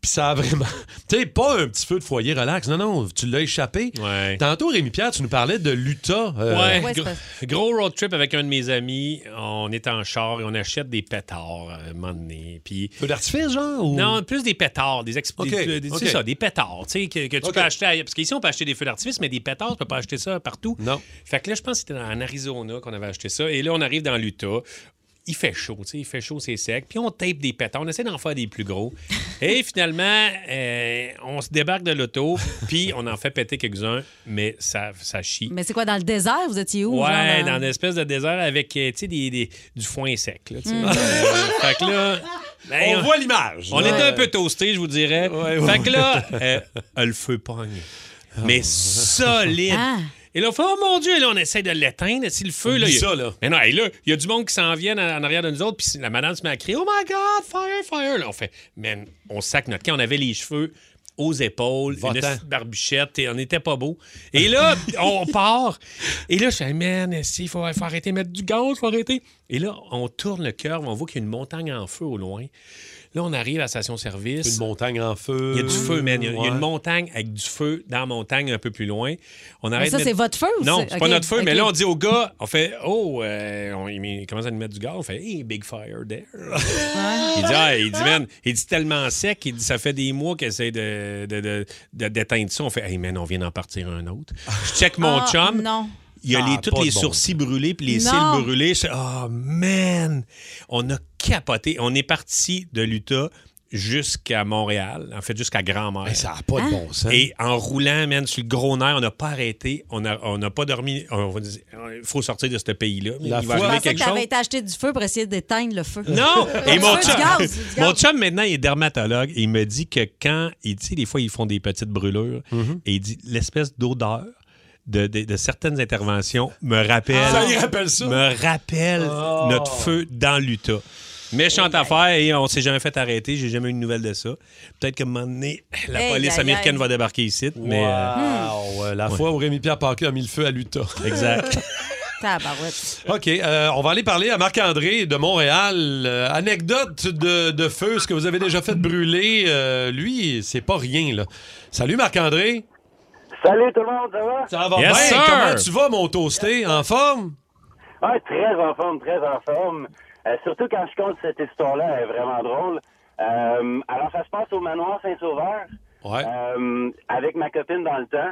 S2: puis ça a vraiment... <laughs> tu sais, pas un petit feu de foyer relax. Non, non, tu l'as échappé. Tantôt, Rémi-Pierre, tu nous parlais de l'Utah. euh,
S3: Ouais, gr- gros road trip avec un de mes amis. On est en char et on achète des pétards euh, à un moment donné. Puis...
S2: Feu d'artifice, genre? ou-
S3: Non, plus des pétards, des expl-
S2: Ok,
S3: des- des-
S2: ok.
S3: c'est ça, des pétards, tu sais, que, que tu
S2: Ok.
S3: peux acheter. à- Parce qu'ici, on peut acheter des feux d'artifice, mais des pétards, tu peux pas acheter ça partout.
S2: Non.
S3: Fait que là, je pense que c'était en Arizona qu'on avait acheté ça. Et là, on arrive dans l'Utah. Il fait chaud, tu sais, il fait chaud, c'est sec. Puis on tape des pétards, on essaie d'en faire des plus
S2: <laughs>
S3: gros. Et finalement, euh, on se débarque de l'auto, puis on en fait péter quelques-uns, mais ça, ça chie.
S4: Mais c'est quoi, dans le désert? Vous étiez où?
S3: Ouais,
S4: genre, euh?
S3: dans une espèce de désert avec euh, tu sais, des, des- du foin sec. Là, tu sais. Euh, fait
S2: <laughs>
S3: que là. ben,
S2: on voit l'image.
S3: on
S2: là.
S3: était un peu toasté, je vous dirais.
S2: ouais.
S3: Fait que là, euh, le feu pogne.
S2: Ah.
S3: Mais solide.
S4: Ah.
S3: Et là, on fait, oh mon Dieu, là, on essaie de l'éteindre. Si le feu, là.
S2: Oublie
S3: il y a-
S2: ça, là.
S3: Mais non, hey, là, il y a du monde qui s'en vient en, en arrière de nous autres, puis la madame se met à crier, oh my God, fire, fire. Là, on fait, man, on sac notre camp. On avait les cheveux aux épaules, une
S2: Va-t'en.
S3: petite barbichette, et on n'était pas beau.
S2: <laughs>
S3: Et là, on part. Et là, je suis man, si, il faut, faut arrêter, de mettre du gaz, il faut arrêter. Et là, on tourne le cœur, on voit qu'il y a une montagne en feu au loin. Là, on arrive à la station-service.
S2: Une montagne en feu.
S3: Il y a du feu, man. Il y a, il y a
S2: Ouais.
S3: une montagne avec du feu dans la montagne un peu plus loin. On
S4: Mais
S3: arrête
S4: ça,
S3: de
S4: c'est votre feu ou
S3: Non,
S4: c'est-
S3: c'est pas
S4: OK,
S3: notre feu, mais
S4: OK.
S3: là, on dit au gars, on fait Oh, euh, on, il commence à nous mettre du gaz. On fait Hey, big fire there. il dit, ah, il dit, man, il dit tellement sec, il dit, ça fait des mois qu'il essaie de, de, de- de- d'éteindre ça. On fait Hey, man, on vient d'en partir un autre. Je check mon
S4: Ah,
S3: chum.
S4: Non.
S3: Il y a
S2: Ah,
S3: les,
S2: pas
S3: tous
S2: de
S3: les
S2: bon.
S3: sourcils brûlés puis les
S4: Non.
S3: cils brûlés. Je- oh man! On a capoté. On est parti de l'Utah jusqu'à Montréal, en fait jusqu'à Grand-Mère.
S2: Hey, Ben, ça n'a pas de bon sens.
S3: Et en roulant, man, sur le gros nerf, on n'a pas arrêté, on n'a on n'a pas dormi. On va dire, Il faut sortir de ce pays-là. Il
S2: La fois-
S3: va
S4: Je
S3: arriver
S4: pensais que
S3: quelque
S4: t'avais
S3: chose.
S4: été acheter du feu pour essayer d'éteindre le feu. <laughs>
S3: Non! Et
S4: Du
S3: mon
S4: feu, du
S3: chum,
S4: gaz, du gaz.
S3: <laughs> mon chum, maintenant, il est dermatologue. Et il me dit que quand, il dit, des fois, ils font des petites brûlures.
S19: Mhm.
S3: Et il dit, l'espèce d'odeur de, de- de certaines
S2: Ah,
S19: Ah.
S3: interventions me rappelle,
S2: Ça, Oh. il rappelle ça.
S3: me rappelle notre feu dans l'Utah. Méchante
S19: Oh
S3: affaire et on s'est jamais fait arrêter. J'ai jamais eu de nouvelles de ça. Peut-être qu'à un moment donné, la
S2: Aïe,
S3: police
S2: aïe,
S3: américaine
S2: aïe.
S3: va débarquer ici. Mais,
S19: Hmm.
S2: Wow, euh, la fois où Rémi-Pierre Parker a mis le feu à l'Utah.
S3: Exact.
S4: <laughs>
S3: <laughs>
S4: Tabarouette.
S2: <laughs> OK, euh, on va aller parler à Marc-André de Montréal. Euh, anecdote de, de feu, ce que vous avez déjà fait brûler, euh, lui, c'est pas rien, là. Salut Marc-André.
S20: Salut tout le monde, ça va?
S2: Ça va bien? Comment tu vas, mon toasté? En forme?
S20: Ah, très en forme, très en forme. Euh, surtout quand je compte cette histoire-là, elle est vraiment drôle. Euh, alors, ça se passe au manoir Saint-Sauveur euh, avec ma copine dans le temps.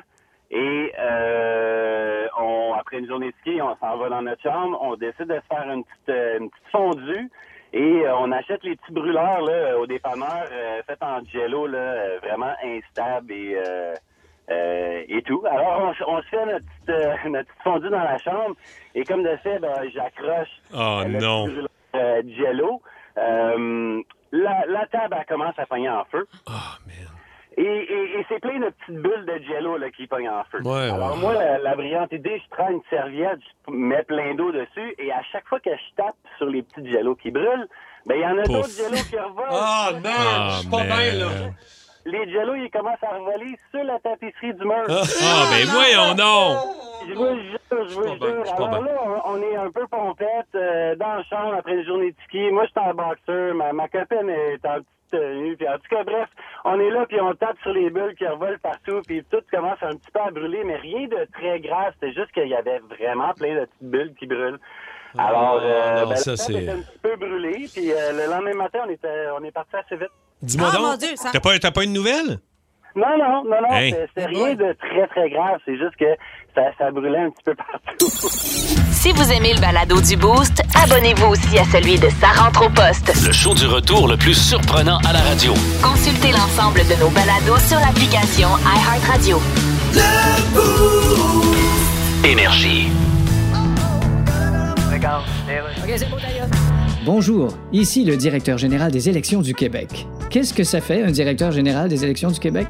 S20: Et euh, on, après une journée de ski, on s'en va dans notre chambre, on décide de se faire une petite, euh, une petite fondue et euh, on achète les petits brûleurs là, au dépanneur euh, faits en jello, là, euh, vraiment instable et, euh, euh, et tout. Alors, on, se- on se fait notre petite, euh, <laughs> notre petite fondue dans la chambre et comme de fait, ben, j'accroche
S3: Oh
S20: le
S3: non.
S20: petit brûleur, euh, jello. Euh, la, la table, elle commence à pogner en feu. Et, et- et c'est plein de petites bulles de jello là, qui pognent en feu.
S2: Ouais,
S20: Alors
S2: ouais.
S20: moi, la, la brillante idée, je prends une serviette, je mets plein d'eau dessus, et à chaque fois que je tape sur les petits jello qui brûlent, ben il y en a
S2: Pouf.
S20: d'autres jello qui revolent.
S2: Ah, non, je suis pas Ah, bien, là. man.
S20: Les jello, ils commencent à revoler sur la tapisserie du mur.
S3: Ah, ben voyons donc!
S20: Je vous jure, je vous jure.
S3: je suis pas
S20: Alors
S3: bien.
S20: là, on- on est un peu pompette euh, dans la chambre après une journée de ski. Moi, j'étais en boxeur, ma, ma copine est en petite tenue. Puis en tout cas, bref, on est là, puis on tape sur les bulles qui revolent partout, puis tout commence un petit peu à brûler, mais rien de très grave. C'était juste qu'il y avait vraiment plein de petites bulles qui brûlent.
S3: Ah,
S20: Alors, euh,
S2: non,
S20: ben,
S2: ça,
S20: le
S2: c'est-
S20: top était un petit peu brûlé, puis euh, le lendemain matin, on, était, on est parti assez vite.
S3: Dis-moi
S20: Ah,
S3: donc.
S20: mon Dieu, ça-
S3: T'as pas, Hein? t'as pas une nouvelle?
S20: Non, non, non, non,
S3: Hey.
S20: c'est- c'est rien de très, très grave. C'est juste que ça, ça brûlait un petit peu partout.
S9: Si vous aimez le balado du Boost, abonnez-vous aussi à celui de Sa rentre au poste.
S1: Le show du retour le plus surprenant à la radio.
S9: Consultez l'ensemble de nos balados sur l'application iHeartRadio.
S1: Énergie.
S10: Eh, Bonjour, ici le directeur général des élections du Québec. Qu'est-ce que ça fait, un directeur général des élections du Québec?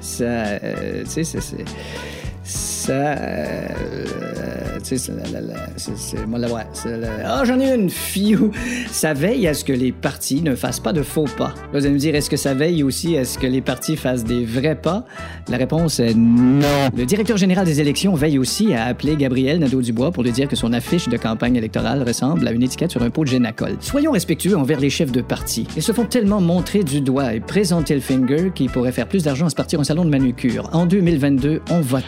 S10: Ça. euh, tu sais, c'est- c'est. Ça. euh, tu sais, c'est la- la- la- c'est- c'est- moi, la- ouais, c'est la- Ah, j'en ai une, fiou! Ça veille à ce que les partis ne fassent pas de faux pas. Là, vous allez me dire, est-ce que ça veille aussi à ce que les partis fassent des vrais pas? La réponse est non. Le directeur général des élections veille aussi à appeler Gabriel Nadeau-Dubois pour lui dire que son affiche de campagne électorale ressemble à une étiquette sur un pot de génacol. Soyons respectueux envers les chefs de parti. Ils se font tellement montrer du doigt et présenter le finger qu'ils pourraient faire plus d'argent à se partir un salon de manucure. En 2022, on vote.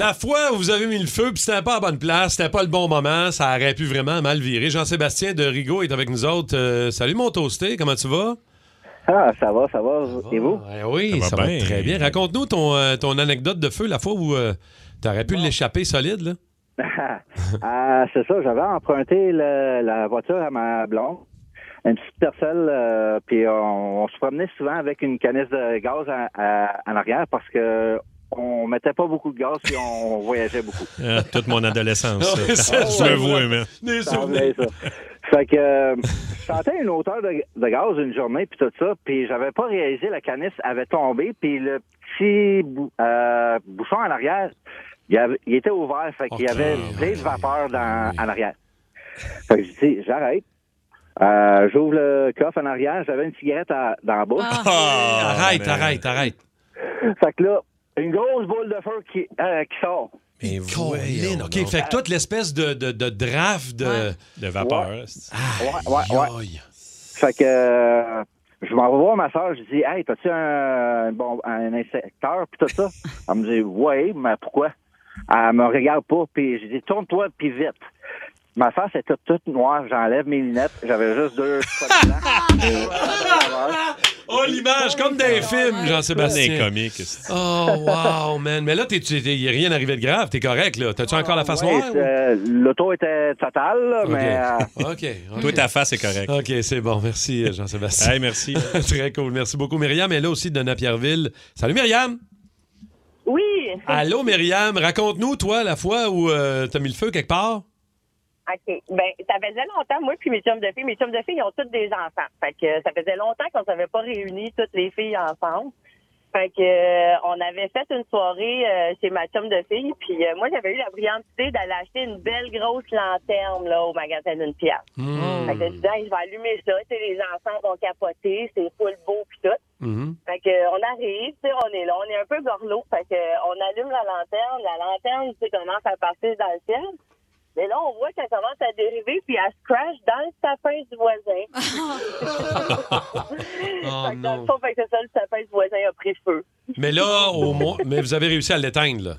S2: La fois où vous avez mis le feu, puis c'était pas à bonne place, c'était pas le bon moment, ça aurait pu vraiment mal virer. Jean-Sébastien de Rigaud est avec nous autres. Euh, salut mon toasté, comment tu vas?
S19: Ah, ça va, ça va. Et vous?
S2: Eh oui, ça va,
S3: bien.
S19: <laughs>
S2: très bien. Raconte-nous ton, euh, ton anecdote de feu, la fois où tu aurais pu l'échapper solide. Là.
S19: Ah, c'est ça, j'avais emprunté le- la voiture à ma blonde, une petite personne, euh, puis on, on se promenait souvent avec une canisse de gaz à, à- en arrière parce que on mettait pas beaucoup de gaz puis on <laughs> voyageait beaucoup.
S3: Ah, toute mon
S19: <laughs>
S3: adolescence.
S19: Ah ouais, ça,
S3: ça. je
S19: ça,
S3: me
S19: ça.
S3: vois, man.
S19: Ça venait, Ah, ça. Fait que euh, je sentais une hauteur de, de gaz une journée, puis tout ça, puis j'avais pas réalisé la canisse avait tombé, puis le petit bou- euh, bouchon en arrière, il, avait- il était ouvert, fait qu'il y avait
S3: Ah,
S19: plein de vapeur dans, en arrière. Fait que je dis, j'arrête. Euh, J'ouvre le coffre en arrière, j'avais une cigarette à- dans la bouche.
S3: Ah,
S19: Ah,
S2: arrête, arrête, arrête.
S19: Fait que là, une grosse boule de feu qui, euh, qui sort.
S2: Mais Colin, OK, fait que toute l'espèce de, de, de draft de,
S3: de vapeur.
S19: Ouais, ouais, ouais. Fait que euh, je m'en vais voir ma soeur, je dis Hey, t'as-tu un, bon, un insecteur puis tout ça? Elle me dit Ouais, mais pourquoi? Elle me regarde pas, puis je dis Tourne-toi puis vite. Ma face était toute noire, j'enlève mes lunettes, j'avais juste deux <laughs> spots de
S2: Oh, l'image, comme dans les films, Jean-Sébastien.
S3: C'est comique.
S2: Oh, wow, man. Mais là, t'es- t'es- il n'y a rien arrivé de grave, t'es correct, là. T'as-tu encore la face
S19: Ouais,
S2: noire?
S19: euh, L'auto était totale, là,
S2: OK.
S19: mais. euh,
S2: OK.
S3: Toi, ta face est correcte.
S2: OK, c'est bon. Merci, euh, Jean-Sébastien.
S3: Hey, merci.
S2: <laughs> Très cool. Merci beaucoup. Myriam est là aussi de Napierville. Salut, Myriam.
S17: Oui.
S2: Allô, Myriam. Raconte-nous, toi, la fois où euh, t'as mis le feu quelque part.
S17: OK. Ben, ça faisait longtemps, moi puis mes chums de filles. Mes chums de filles, ils ont toutes des enfants. Fait que euh, ça faisait longtemps qu'on s'avait pas réunis toutes les filles ensemble. Fait que euh, on avait fait une soirée euh, chez ma chum de fille, puis euh, moi j'avais eu la brillante idée d'aller acheter une belle grosse lanterne là au magasin d'une pièce.
S21: Hmm.
S17: Fait que je disais Hey, je vais allumer ça, tu sais, les enfants vont capoter, c'est full beau puis tout.
S20: Mm-hmm.
S17: Fait que euh, on arrive, tu sais, on est là, on est un peu gorlot, fait que euh, on allume la lanterne, la lanterne, tu sais, commence à partir dans le ciel. Mais là, on voit qu'elle commence à dériver puis elle se crash dans le sapin du voisin. fait que dans le fond, fait que c'est ça, le sapin du voisin a pris feu.
S2: Mais là, au moins, mais vous avez réussi à l'éteindre. là.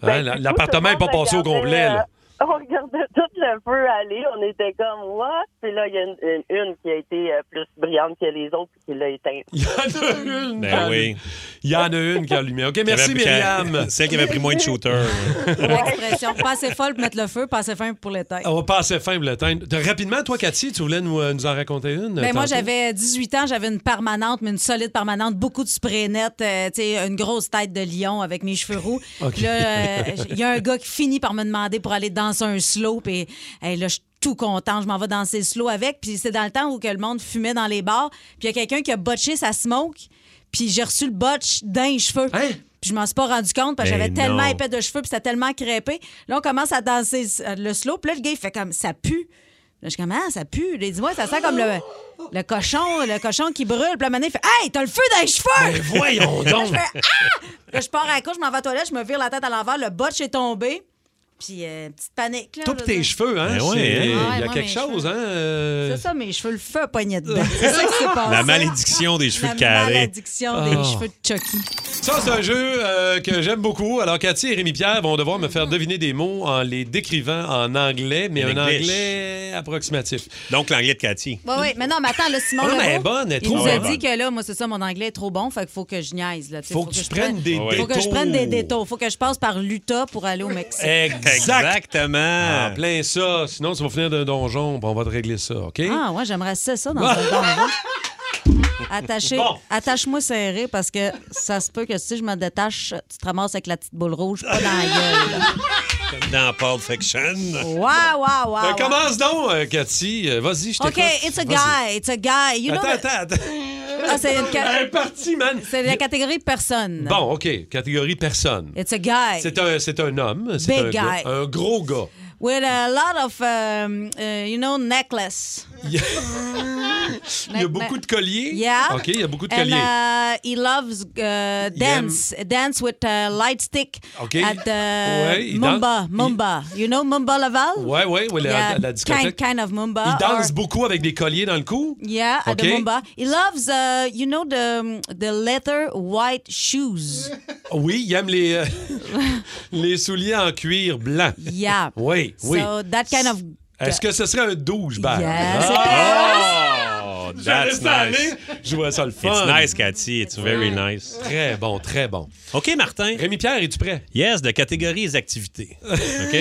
S2: Hein, la-
S17: du coup,
S2: L'appartement
S17: tout
S2: n'est
S17: le
S2: pas
S17: monde
S2: passé au
S17: regardait,
S2: complet. là.
S17: euh, <laughs> on regardait tout le feu aller. On était comme, what? Puis là, il y a une, une- une qui a été euh, plus brillante que les autres puis qui l'a
S2: <laughs>
S17: éteinte.
S2: Il y en a une!
S3: Ben oui.
S2: Il y en a une qui a allumé. OK,
S3: Qui
S2: merci
S3: avait- qui a-
S2: Myriam.
S3: celle qui avait pris moins de shooter.
S4: L'expression pas assez folle pour mettre le feu, pas assez fin pour l'éteindre.
S2: On va passer fin pour le teint. Rapidement, toi, Cathy, tu voulais nous, euh, nous en raconter une?
S4: Ben, moi,
S2: tantôt?
S4: j'avais 18 ans, j'avais une permanente, mais une solide permanente, beaucoup de spray net, euh, tu sais, une grosse tête de lion avec mes cheveux roux.
S21: <laughs> OK.
S4: Puis là, euh, il y a un gars qui finit par me demander pour aller danser un slow, puis hey, là, je suis tout content, je m'en vais danser le slow avec. Puis c'est dans le temps où que le monde fumait dans les bars, puis il y a quelqu'un qui a botché sa smoke, puis j'ai reçu le botch d'un cheveu. Puis je m'en suis pas rendu compte parce que
S21: Hein? Ben
S4: j'avais tellement
S21: non.
S4: épais de cheveux, puis c'était tellement crêpé. Là, on commence à danser euh, le slow, puis là, le gars, il fait comme ça pue. Là, je suis comme, ah, ça pue. Là, Il dit, moi, ça sent comme le, le cochon, le cochon qui brûle. Puis là, maintenant, il fait, hey, t'as le feu dans les cheveux!
S21: Ben, voyons
S4: Là,
S21: donc!
S4: <laughs> je fais, ah! Là, je pars à la couche, je m'en vais à la toilette, je me vire la tête à l'envers, le botch est tombé. Puis, euh, petite panique. Là,
S2: Toi
S4: je
S2: pis
S4: veux
S2: tes
S4: dire.
S2: cheveux, hein?
S3: Ben ouais,
S2: c'est-
S3: hein?
S2: Il y
S3: Ouais,
S2: a
S4: Ah, moi,
S2: quelque
S4: mes
S2: chose, hein? euh, Ah,
S4: C'est ça, mes cheveux, le feu a pogné dedans. C'est ça qui s'est passé.
S3: La malédiction des cheveux
S4: La
S3: de carré.
S4: malédiction des
S2: Oh.
S4: cheveux de Chucky.
S2: Ça, c'est un jeu euh, que j'aime beaucoup. Alors, Cathy et Rémi-Pierre vont devoir me faire deviner des mots en les décrivant en anglais, mais
S3: In
S2: un
S3: English.
S2: anglais approximatif.
S3: Donc, l'anglais de Cathy.
S4: Oui, oui, mais non, mais attends, là, Simon
S2: Ah, mais
S4: Lebeau,
S2: elle est bonne, elle est
S4: il
S2: trop
S4: nous a
S2: bonne.
S4: dit que là, moi, c'est ça, mon anglais est trop bon, fait qu'il faut que je niaise. Là, tu sais,
S2: Faut que
S4: je
S2: tu prennes des
S4: Faut que je
S2: détours.
S4: prenne des détours. Faut que je passe par l'Utah pour aller au Mexique.
S2: Exactement. En plein ça. Sinon, tu vas finir d'un donjon, puis on va te régler ça, OK?
S4: Ah, ouais, j'aimerais ça, ça, dans un donjon.
S2: <laughs>
S4: Attaché-
S2: Bon.
S4: Attache-moi serré parce que ça se peut que si je me détache, tu te ramasses avec la petite boule rouge pas dans la gueule.
S2: <laughs>
S4: là.
S3: Comme dans Pulp Fiction.
S4: Wow, wow, wow.
S2: Euh,
S4: wow.
S2: commence donc, euh, Cathy. Euh, Vas-y, je
S4: OK,
S2: t'écoute.
S4: it's a
S2: Vas-y.
S4: guy, it's a guy. You
S2: attends,
S4: know
S2: attends, attends.
S4: Ah, c'est une ca-
S2: Elle est partie, man.
S4: C'est la catégorie personne.
S2: Bon, OK. Catégorie personne.
S4: It's a guy.
S2: C'est un, c'est un homme. C'est
S4: Big guy.
S2: un gars, un gros gars. <laughs>
S4: With a lot of, um, uh, you know,
S2: <laughs>
S4: necklace.
S2: Il y a beaucoup de colliers.
S4: Yeah.
S2: OK, il y a beaucoup de
S4: And,
S2: colliers.
S4: uh, he loves uh, dance, dance with a light stick
S2: OK.
S4: at the
S2: Ouais, il
S4: Mumba,
S2: danse.
S4: Mumba. You know Mumba Laval?
S2: Ouais, ouais, ouais, la,
S4: Yeah,
S2: la
S4: kind,
S2: discothèque.
S4: kind of Mumba.
S2: Il danse
S4: or-
S2: beaucoup avec des colliers dans le cou.
S4: Yeah, at the
S2: OK.
S4: Mumba. He loves, uh, you know, the, the leather white shoes.
S2: Oui, il aime les, euh, <laughs> les souliers en cuir blanc. <laughs>
S4: Yeah.
S2: Oui, oui.
S4: So that kind of...
S2: Est-ce que ce serait un douchebag?
S4: Yeah, c'est
S3: Oh, that's
S2: Je laisse
S3: nice.
S2: Je vois ça le fun. Ah.
S3: It's nice, Cathy. It's very nice.
S2: Très bon, très bon.
S3: OK, Martin.
S2: Rémi-Pierre, es-tu prêt?
S3: Yes, de catégorie
S2: <laughs>
S3: et activités. <laughs> OK?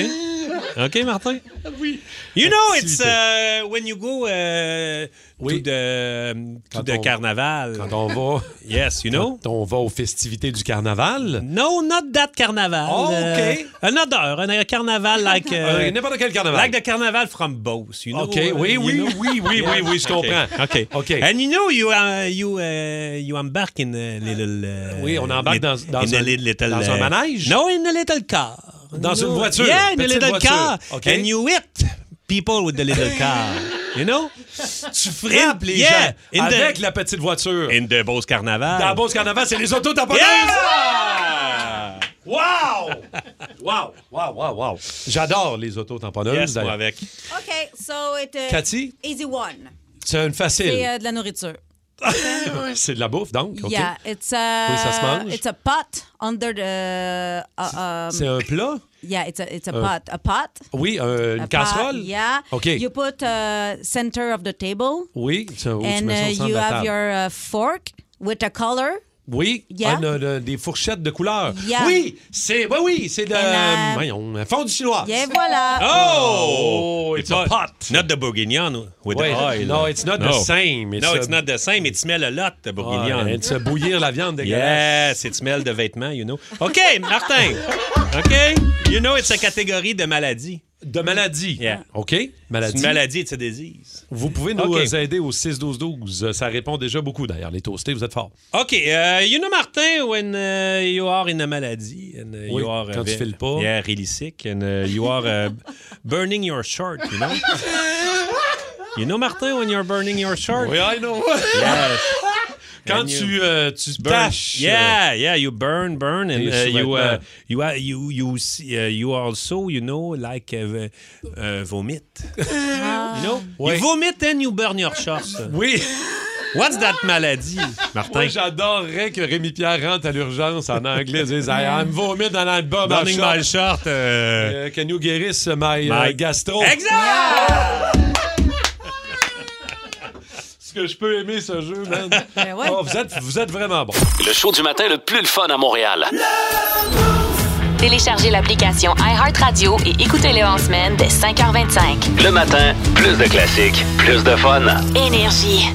S3: OK, Martin?
S2: Oui.
S3: You know, it's uh, when you go uh, to the, to
S2: Quand
S3: the
S2: on-
S3: carnaval.
S2: Quand on va.
S3: Yes, you know.
S2: Quand on va aux festivités du carnaval.
S3: No, not that carnaval.
S2: Oh,
S3: Uh,
S2: OK.
S3: another, a carnaval
S2: <laughs>
S3: like...
S2: Euh, n'importe quel carnaval.
S3: Like the carnaval from Beauce, you know. euh, uh,
S2: OK, Oh, oui,
S3: you
S2: oui,
S3: know.
S2: oui, oui, oui, oui, je comprends.
S3: <laughs> OK.
S2: OK.
S3: And you know, you, uh, you, uh, you embark in a little... uh,
S2: Euh, Oui, on embarque
S3: lit-
S2: dans- dans
S3: in a
S2: un-
S3: little, little,
S2: dans un
S3: uh,
S2: manège?
S3: No, in a little car.
S2: Dans
S3: No.
S2: une voiture,
S3: Yeah, in a
S2: petite
S3: little
S2: voiture.
S3: car.
S2: OK.
S3: And you hit people with the little
S2: <laughs>
S3: car. You know?
S2: <laughs> Tu frappes les
S3: Yeah,
S2: gens
S3: in the-
S2: avec la petite voiture.
S3: In the Beauce Carnaval.
S2: Dans la Beauce Carnaval, c'est les autos taponneuses. Ah! Wow! Wow! Wow, wow, wow. J'adore les autos tamponneuses.
S3: Yes, moi
S2: avec.
S4: OK, so it, uh,
S2: Cathy?
S4: Easy one.
S2: C'est une
S4: C'est
S2: facile.
S4: euh, de la nourriture.
S2: C'est de la bouffe, donc. OK.
S4: Yeah, it's a,
S2: Oui, ça se mange.
S4: It's a pot under the. uh, um,
S2: C'est un plat?
S4: Yeah, it's a, it's a
S2: Un-
S4: pot. A pot.
S2: Oui, un-
S4: a
S2: une
S4: pot,
S2: casserole?
S4: yeah.
S2: OK.
S4: You put uh, center of the table.
S2: Oui, ça, où tu
S4: and uh,
S2: mets ça au centre de
S4: you
S2: la
S4: have
S2: table.
S4: your uh, fork with a color.
S2: Oui,
S4: Yeah.
S2: on a de- des fourchettes de couleurs.
S4: Yeah.
S2: Oui, c'est oui, oui, c'est de
S4: And, uh,
S2: voyons, euh, un fondu chinois.
S4: Yeah, voilà.
S3: Oh!
S2: it's a pot.
S3: Not the bourguignon with
S2: Wait,
S3: the oil.
S2: no, it's not the same. It's
S3: no,
S2: a-
S3: it's not the same. It smells a lot, the bourguignon.
S2: Ah, et de se bouillir la viande dégueulasse.
S3: yes, it smells de vêtements, you know. OK, Martin. OK. You know, it's a catégorie de maladie.
S2: De maladie. OK? Maladie.
S3: C'est une maladie, it's a disease.
S2: Vous pouvez nous
S3: OK.
S2: euh, aider au 6-12-12. Euh, Ça répond déjà beaucoup, d'ailleurs. Les toastés, vous êtes forts.
S3: OK. Euh, you know, Martin, when uh, you are in a maladie, and uh,
S2: Oui,
S3: you are...
S2: quand tu files pas.
S3: Yeah, really sick, and uh, you are
S2: <laughs>
S3: uh, burning your short, you know? you know, Martin, when you're burning your short?
S2: Oui, I know.
S3: Yes.
S2: <laughs> Quand
S3: And
S2: tu,
S3: you-
S2: euh, tu
S3: burn.
S2: tâches.
S3: Yeah, yeah, you burn, burn, and
S2: Et
S3: uh, you, uh,
S2: sous-vêtements.
S3: you, are- you, you, see- uh, you also, you know, like uh,
S2: <laughs>
S3: uh, vomit. You know?
S2: Ouais.
S3: You vomit and you burn your shorts.
S2: Oui.
S3: What's that maladie, Martin?
S2: Moi, j'adorerais que Rémi Pierre rentre à l'urgence en anglais et dise I am vomit dans l'album.
S3: Burning my
S2: short. Euh, can you guérisse my, euh,
S3: my-
S2: gastro?
S3: Exact!
S2: <laughs> Ce que je peux aimer ce jeu, man. Oh, vous, êtes, vous êtes vraiment bon.
S1: Le show du matin le plus le fun à Montréal.
S9: Téléchargez l'application iHeartRadio et écoutez-le en semaine dès 5h25.
S1: Le matin, plus de classiques, plus de fun.
S9: Énergie.